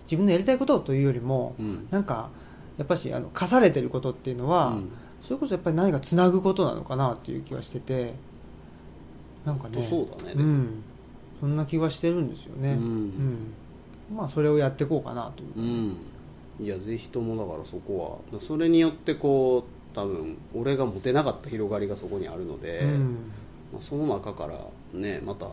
S1: 自分のやりたいことというよりも、
S2: うん
S1: なんかやっぱしあの課されてることっていうのは、
S2: うん
S1: それこそやっぱり何かつなぐことなのかなっていう気はしててなんかね
S2: そうだね
S1: うん、そんな気はしてるんですよね、
S2: うん
S1: うんまあそれをやっていこうかなという、
S2: うんいやぜひともだからそこはそれによってこう多分俺が持てなかった広がりがそこにあるので、
S1: うん
S2: まあ、その中からねまたう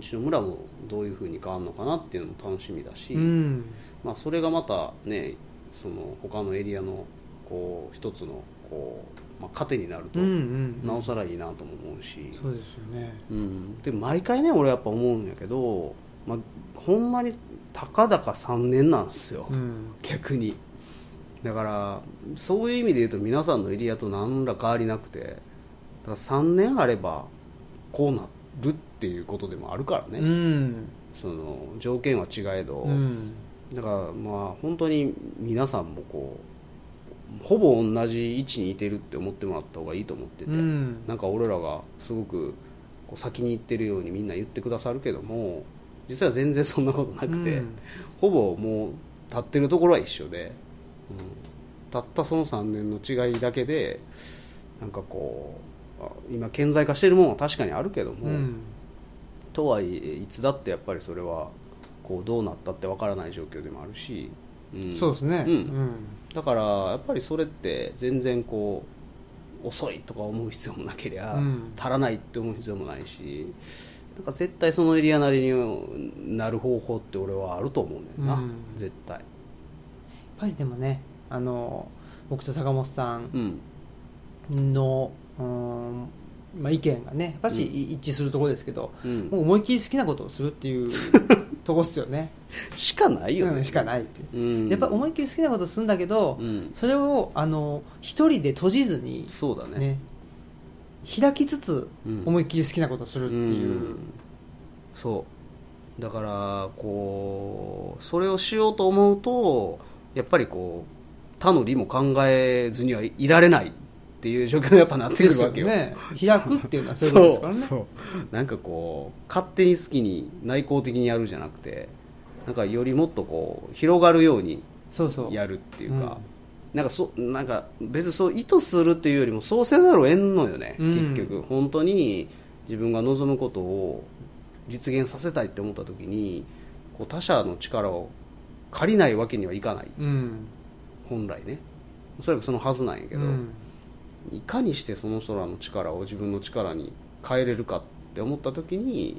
S2: ちの村もどういうふうに変わるのかなっていうのも楽しみだし、
S1: うん
S2: まあ、それがまたねその他のエリアのこう一つのこう、まあ、糧になると、
S1: うんうん
S2: なおさらいいなとも思うし、
S1: そうですよね
S2: うん、で毎回ね俺やっぱ思うんやけど、まあ、ほんまにたかだか3年なんですよ、
S1: うん
S2: 逆にだからそういう意味で言うと皆さんのエリアと何ら変わりなくてだから3年あればこうなるっていうことでもあるからね、
S1: うん
S2: その条件は違えど、
S1: うん
S2: だからまあ本当に皆さんもこうほぼ同じ位置にいてるって思ってもらった方がいいと思ってて、
S1: うん
S2: なんか俺らがすごくこう先に行ってるようにみんな言ってくださるけども実は全然そんなことなくて、
S1: うん
S2: ほぼもう立ってるところは一緒で、うん、たったその3年の違いだけでなんかこうあ今顕在化してるものは確かにあるけども、
S1: うん
S2: とはいえいつだってやっぱりそれはこうどうなったってわからない状況でもあるし、ん
S1: そうですね
S2: うん
S1: うん
S2: だからやっぱりそれって全然こう遅いとか思う必要もなけりゃ、
S1: うん
S2: 足らないって思う必要もないしなんか絶対そのエリアなりになる方法って俺はあると思うねんだよな、
S1: うん
S2: 絶対
S1: パジでもねあの僕と坂本さん
S2: うん
S1: の、うんまあ、意見がねやっぱし
S2: うん
S1: 一致するところですけど、
S2: うん
S1: もう思いっきり好きなことをするって いうとこっすよね
S2: しかないよね、
S1: うんしかないっていう、
S2: うん
S1: やっぱ思いっきり好きなことするんだけど、
S2: うん
S1: それをあの一人で閉じずに、
S2: そうだね
S1: ね、開きつつ
S2: うん
S1: 思いっきり好きなことをするっていう、
S2: んそうだからこうそれをしようと思うとやっぱりこう他の利も考えずにはいいられないっていう状況にやっぱなってくるわけよ
S1: ですよね、開くっていうのはそういうこ
S2: そ
S1: と
S2: う
S1: ですからね
S2: そうなんかこう勝手に好きに内向的にやるじゃなくてなんかよりもっとこう広がるように
S1: そうそう
S2: やるっていうか、なんかそなんか別にそう意図するっていうよりもそうせざるを得んのよね、
S1: うん
S2: 結局本当に自分が望むことを実現させたいって思った時にこう他者の力を借りないわけにはいかない
S1: うん
S2: 本来ねおそらくそのはずなんやけど、
S1: うん
S2: いかにしてその人らの力を自分の力に変えれるかって思った時に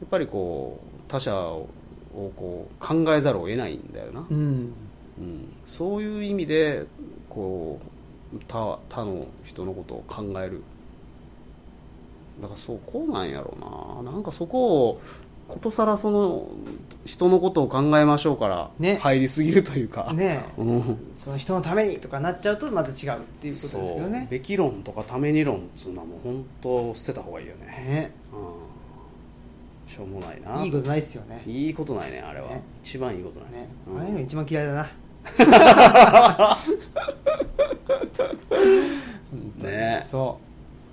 S2: やっぱりこう他者をこう考えざるを得ないんだよな、
S1: うん
S2: うん、そういう意味でこう他他の人のことを考えるだからそうこうなんやろうななんかそこをことさらその人のことを考えましょうから、
S1: ね
S2: 入りすぎるというか、
S1: ね
S2: うん、
S1: その人のためにとかなっちゃうとまた違うっていうことですけど
S2: そう
S1: ね
S2: べき論とかために論っつうのはもう本当捨てた方がいいよね、
S1: ね
S2: うん、しょうもないない
S1: いことないっすよね
S2: いいことないねあれは、
S1: ね
S2: 一番いいことない
S1: ね、
S2: うん
S1: ああいうの一番嫌いだな
S2: ね
S1: そ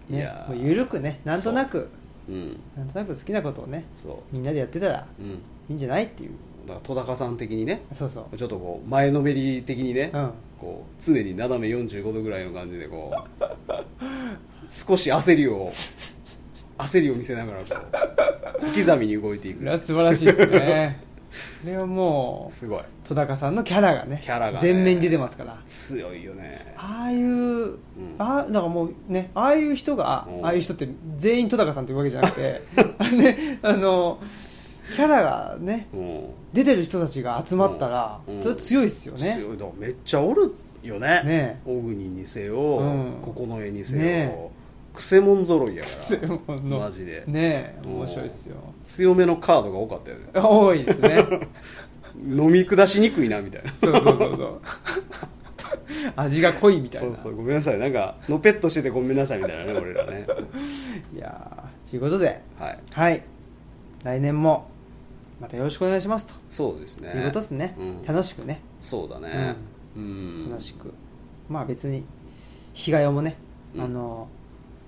S1: う
S2: い
S1: ね
S2: やー
S1: もう緩くねなんとなく
S2: うん
S1: なんとなく好きなことをね
S2: そ
S1: みんなでやってたら
S2: ううん
S1: いいんじゃないっていう
S2: だから戸高さん的にね
S1: そうそう
S2: ちょっとこう前のめり的にね、
S1: うん
S2: こう常に斜め45度ぐらいの感じでこう少し焦りを焦りを見せながらこう小刻みに動いてい
S1: い
S2: く
S1: や素晴らしいです ねそれはもう
S2: すごい
S1: 戸高さんのキャラがね
S2: キャラがね
S1: 前面に出てますから
S2: 強いよね
S1: ああいうああなんかもうねああいう人が
S2: うん
S1: ああいう人って全員戸高さんというわけじゃなく てねあのキャラがね
S2: うん
S1: 出てる人たちが集まったら、
S2: うん
S1: それ強いっすよね
S2: 強いだからめっちゃおるよね
S1: ね
S2: 大国にせよ、
S1: うん
S2: ここの絵にせよ、
S1: ね
S2: くせ者ぞろいやか
S1: くせ
S2: ら
S1: 者の
S2: マジで
S1: ねえ面白いっすよ
S2: 強めのカードが多かったよね
S1: 多いですね
S2: 飲み下しにくいなみたいな
S1: そうそうそうそう味が濃いみたい
S2: そ
S1: な
S2: うそうごめんなさいなんかのぺっとしててごめんなさいみたい なね俺らね
S1: いやーということで
S2: はい
S1: はい来年もまたよろしくお願いしますと
S2: そうですね
S1: いうことですね、
S2: うん
S1: 楽しくね
S2: そうだねうん
S1: 楽しく、まあ別に日替えもね、
S2: うん
S1: あの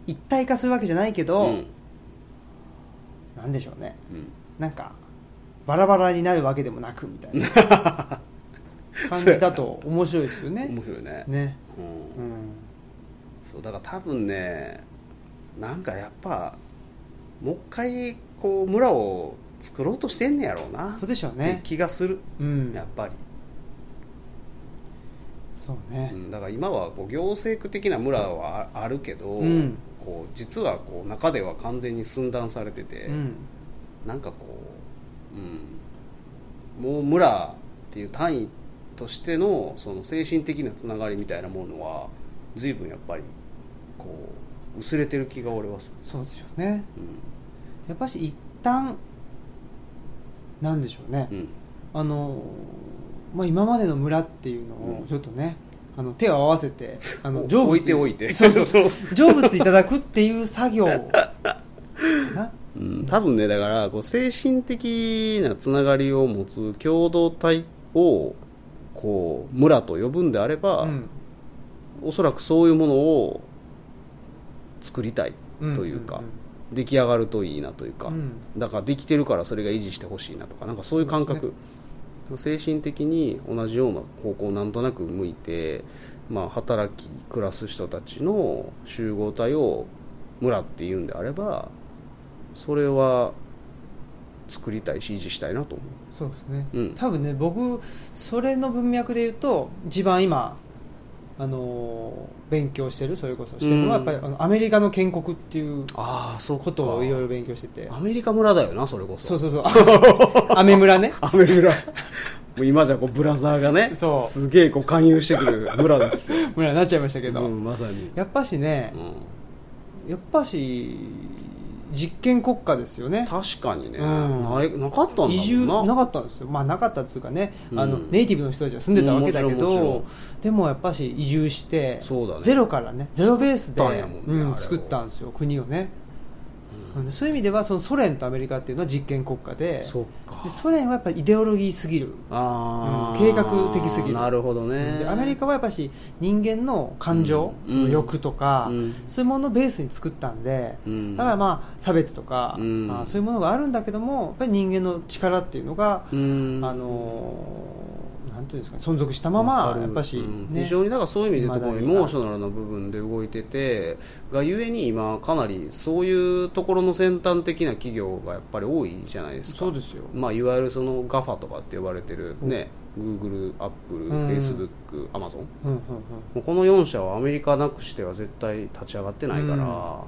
S1: 一体化するわけじゃないけど、
S2: うん
S1: なんでしょうね
S2: うん
S1: なんかバラバラになるわけでもなくみたいな 感じだと面白いですよね
S2: 面白いね
S1: ね
S2: うん
S1: うん
S2: そうだから多分ねなんかやっぱもう一回こう村を作ろうとしてんねやろうな
S1: そうでしょう
S2: って
S1: ね
S2: 気がする
S1: うん
S2: やっぱり、
S1: そう
S2: う
S1: ね
S2: ん、だから今はこう行政区的な村はああるけど、
S1: うん
S2: こう実はこう中では完全に寸断されてて、
S1: うん
S2: なんかこう、うん、もう村っていう単位としてのその精神的なつながりみたいなものは随分やっぱりこう薄れてる気が俺はする、
S1: そうでしょうね
S2: う
S1: やっぱし一旦なんでしょうね、
S2: んうん、
S1: あのまあ、今までの村っていうのを
S2: うん
S1: ちょっとね、あの手を合わせてあの
S2: お
S1: 成仏
S2: 置いておい て
S1: そうそうそう
S2: そ
S1: 成仏いただくっていう作 業かな
S2: うん、多分ねだからこう精神的なつながりを持つ共同体をこう村と呼ぶんであれば、
S1: うん
S2: おそらくそういうものを作りたいというか、
S1: うんうん
S2: 出来上がるといいなというか、
S1: うん
S2: だからできてるからそれが維持してほしいなとかなんかそういう感覚、精神的に同じような方向をなんとなく向いて、まあ、働き暮らす人たちの集合体を村っていうんであればそれは作りたいし維持したいなと思
S1: そうですね、
S2: うん
S1: 多分ね僕それの文脈で言うと一番今あのー勉強してるそれこそしてるのはや
S2: う
S1: っ
S2: ん
S1: ぱりあのアメリカの建国っていう
S2: うああそ
S1: ことをいろいろ勉強してて
S2: アメリカ村だよなそれこそ
S1: そうそうそう アメ村ね
S2: アメ 村もう今じゃこうブラザーがね
S1: そう
S2: すげえこう勧誘してくる村ですよ、
S1: 村になっちゃいましたけど、
S2: うん、まさに、
S1: やっぱしね
S2: う、ん、
S1: やっぱし実験国家ですよね
S2: 確かにね、
S1: うん
S2: ないなかったんだもんな
S1: 移住なかったんですよ、まあ、なかったっていうかね、あの
S2: うん
S1: ネイティブの人たちは住んでたわけだけ
S2: うんもちろんも
S1: どでもやっぱし移住して
S2: そうだね
S1: ゼロからねゼロベースで
S2: 作ったんやもんねあれ
S1: う
S2: を
S1: ん、作ったんですよ国をね、うんそういう意味ではそのソ連とアメリカっていうのは実験国家で
S2: そっか
S1: でソ連はやっぱりイデオロギーすぎる
S2: あー
S1: うん計画的すぎる
S2: なるほどね
S1: でアメリカはやっぱし人間の感情、
S2: うん
S1: その欲とか、
S2: うん
S1: そういうものをベースに作ったんで、
S2: うん
S1: だからまあ差別とか、
S2: うん
S1: まあそういうものがあるんだけどもやっぱり人間の力っていうのが、
S2: うん
S1: あのーなんていうんですか存続したまま
S2: わかる
S1: やっぱし、
S2: うん
S1: ね
S2: 非常にだからそういう意味で言うとこうエ
S1: 未だに
S2: モーショナルな部分で動いててがゆえに今かなりそういうところの先端的な企業がやっぱり多いじゃないですか
S1: そうですよ
S2: まあ、いわゆるその GAFA とかって呼ばれてるね、Google、Apple、
S1: うん
S2: Facebook、Amazon
S1: うんうんうん
S2: もうこの4社はアメリカなくしては絶対立ち上がってないから,、
S1: うん
S2: だか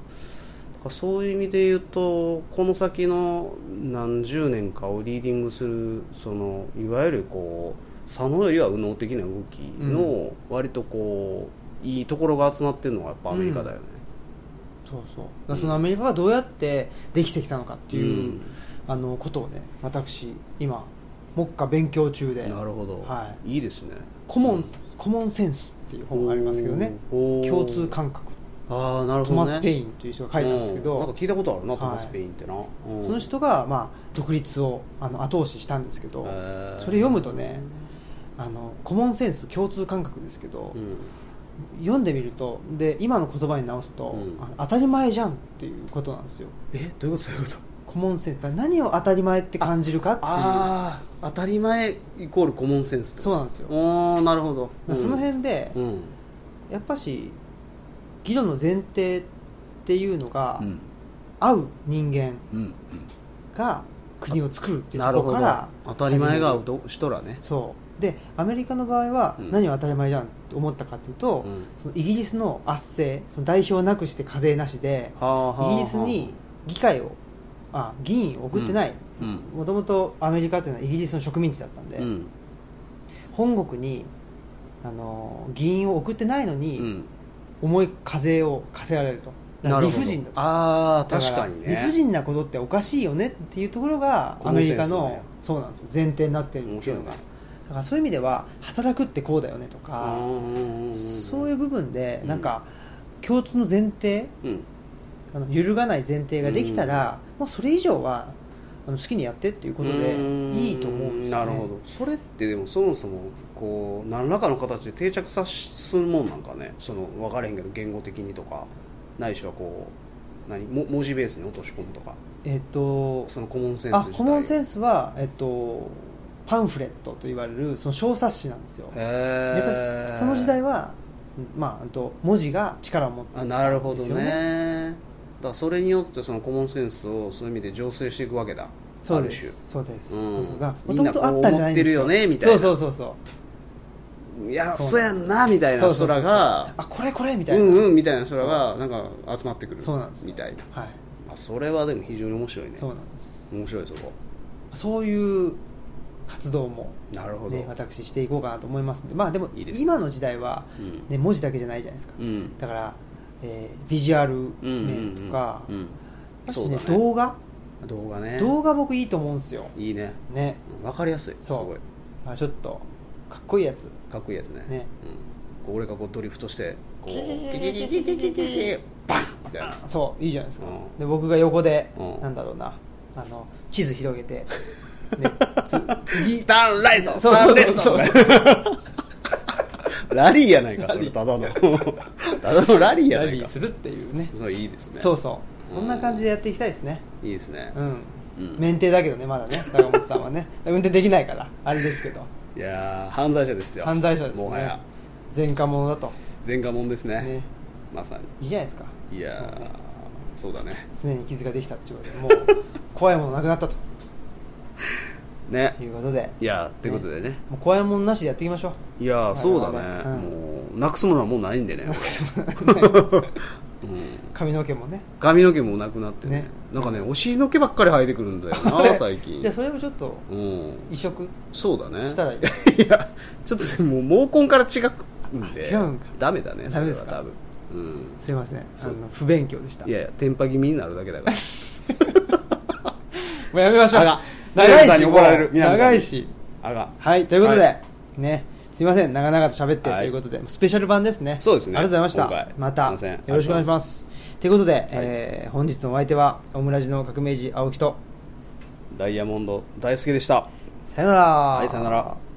S2: らそういう意味で言うとこの先の何十年かをリーディングするそのいわゆるこう左脳よりは右脳的な動きの割とこういいところが集まってるのがやっぱアメリカだよね。
S1: そうそうだからそのアメリカがどうやってできてきたのかっていう、
S2: うん
S1: あのことをね私今目下勉強中で
S2: なるほど、、
S1: はい
S2: いですね
S1: コモン、コモンセンスっていう本がありますけどね
S2: おー
S1: 共通感覚
S2: ああなるほど、ね、
S1: トマス・ペインという人が書いたんですけ
S2: う
S1: ど、
S2: なんか聞いたことあるな、
S1: はい
S2: トマス・ペインってな、うん
S1: その人が、まあ、独立をあの後押ししたんですけど
S2: へー
S1: それ読むとねあのコモンセンス共通感覚ですけど、
S2: うん
S1: 読んでみるとで今の言葉に直すと、
S2: うん
S1: あ当たり前じゃんっていうことなんですよ
S2: えどういうことどういうこと
S1: コモンセンスだから何を当たり前って感じるかっていう
S2: ああ当たり前イコールコモンセンス
S1: そううなんですよ、だか
S2: おーなるほど、
S1: らその辺で、
S2: うん
S1: やっぱし議論の前提っていうのが、
S2: うん
S1: 合う人間
S2: うん
S1: が国を作るっていう
S2: な
S1: と
S2: る
S1: ころ
S2: ほ
S1: か
S2: ど
S1: ら
S2: 当たり前が合
S1: 始
S2: う
S1: める
S2: と人らね
S1: そうでアメリカの場合は
S2: うん
S1: 何を当たり前じゃんと思ったかというと、
S2: うん
S1: そのイギリスの圧政その代表なくして課税なしで
S2: はあはあ
S1: イギリスに議会をあ議員を送ってない
S2: うん
S1: もともとアメリカというのはイギリスの植民地だったんで、
S2: うん
S1: 本国にあの議員を送ってないの
S2: う
S1: に、
S2: ん
S1: 重い課税を課せられるとだから理不尽だと
S2: ああ
S1: だら
S2: 確かにね
S1: 理不尽なことっておかしいよねっていうところが
S2: コ
S1: ア
S2: モン
S1: メ
S2: センス
S1: リカ
S2: だ
S1: の、
S2: ね
S1: そうなんですよ前提になってる
S2: 面
S1: ってい
S2: 白いう
S1: の
S2: ね
S1: がだからそういう意味では働くってこうだよねとかそういうう部分でなんか共通の前提
S2: うん
S1: あの揺るがない前提ができたら、もうそれ以上はあの好きにやってっていうことで
S2: うん
S1: いいと思うんですよね
S2: なるほどそれってでもそもそもこう何らかの形で定着さすもんなんかねその分からへんけど言語的にとかないしはこう何も文字ベースに落とし込むとか
S1: えっと
S2: そのコモンセンス
S1: あ
S2: 自体
S1: コモンセンスは、えっと、パンフレットと言われるその小冊子なんですよ
S2: へ
S1: やっ
S2: え
S1: ぱりその時代は、まあ、あと文字が力を持ってた
S2: あ
S1: ん
S2: なるほ
S1: で
S2: ど
S1: す
S2: ね
S1: よね
S2: だからそれによってそのコモンセンスをそういう意味で醸成していくわけだ
S1: そうで
S2: ある
S1: すそうです、
S2: うん
S1: そうそうだから
S2: みんな
S1: 元々あったんじゃないんです
S2: こう思ってるよねみたいな
S1: そうそうそうそう
S2: 種いやそ
S1: そうう
S2: や
S1: なんです
S2: んなみたいな
S1: そうそ
S2: 人
S1: うそう
S2: らが
S1: あこれこれみた
S2: う
S1: いな、
S2: んうんみたいな人らがなんか集まってくる
S1: そうなんですよ
S2: みたいな
S1: はい
S2: あそれはでも非常に面白いね
S1: そうなんです
S2: 面白いそこ
S1: そういう活動も、
S2: なるほど、
S1: ね、私していこうかなと思いますんでまあでも
S2: いいですね
S1: 今の時代は、
S2: うん
S1: ね、文字だけじゃないじゃないですか、
S2: うん
S1: だから、えービジュアル
S2: うんうんうん
S1: 面とか、
S2: うん
S1: やっぱし
S2: そう
S1: ね
S2: だね
S1: 動画
S2: 動画ね
S1: 動画僕いいと思うんですよ
S2: いいね
S1: ね、
S2: 分かりやすいす
S1: そう
S2: ごい
S1: まあ、ちょっとかっこいいやつ
S2: かっこいいやつね
S1: ね
S2: うん、こう俺がこうドリフトしてこう
S1: キ
S2: キ
S1: キキキ
S2: キキキ
S1: キ
S2: キ
S1: キ
S2: キ
S1: キキ
S2: キバンみたいな
S1: そういいじゃないですか、
S2: うん
S1: で僕が横で、
S2: うん
S1: なんだろうなあの地図広げ て、ね、つ次
S2: ターンライト
S1: そうそうそう
S2: ターンレフト
S1: そうそう
S2: ラリーやないかそれただのただのラリーや
S1: ラ
S2: な
S1: リ
S2: い
S1: ー
S2: か
S1: するっていうね
S2: そういいですね
S1: そうそうそんな感じでやっていきたいですね
S2: いいですね
S1: うん、
S2: うん
S1: 免停だけどねまだね坂本さんはね運転できないからあれですけど
S2: いやー犯罪者ですよ
S1: 犯罪者です
S2: もは
S1: ね
S2: や
S1: 前科者だと
S2: 前科者ですね
S1: ね
S2: まさ
S1: いいじゃないですか
S2: にいやー
S1: もうね
S2: そうだね
S1: 常に傷ができたっていうことでもう怖いものなくなったと
S2: ね
S1: いうことで
S2: いやーということでね
S1: もう怖いものなしでやっていきましょう
S2: いやーそうだ
S1: 我々
S2: ね
S1: ねうん
S2: もうなくすものはもうないんでねうん
S1: 髪の毛もね
S2: 髪の毛もなくなってね
S1: ね
S2: なんかねお尻の毛ばっかり生えてくるんだよな最近
S1: じゃあそれをちょっと
S2: うん
S1: 移植
S2: そうだね
S1: したらいい
S2: いやちょっともう毛根から違うんで
S1: あ違うんか
S2: ダメだねそ
S1: ダメ
S2: れ
S1: で
S2: は
S1: すか
S2: 多分うん
S1: すいませんあ
S2: そう
S1: の不勉強でした
S2: いやいやテンパ気味になるだけだから
S1: もうやめましょう
S2: あが
S1: 長い
S2: 南さん
S1: し
S2: に怒られる
S1: もう
S2: 南さんに
S1: 長いし
S2: あが
S1: はいということで、
S2: はい
S1: ねすいません長々と喋って
S2: はい
S1: ということで、スペシャル版ですね
S2: そうですね
S1: ありがとうございまし
S2: 今
S1: た
S2: 回
S1: ますた
S2: いません
S1: よろしくお願いしますということで、えー本日のお相手はオムラジの革命児青木と
S2: ダイヤモンド大好きでした
S1: さよなら
S2: はいさよなら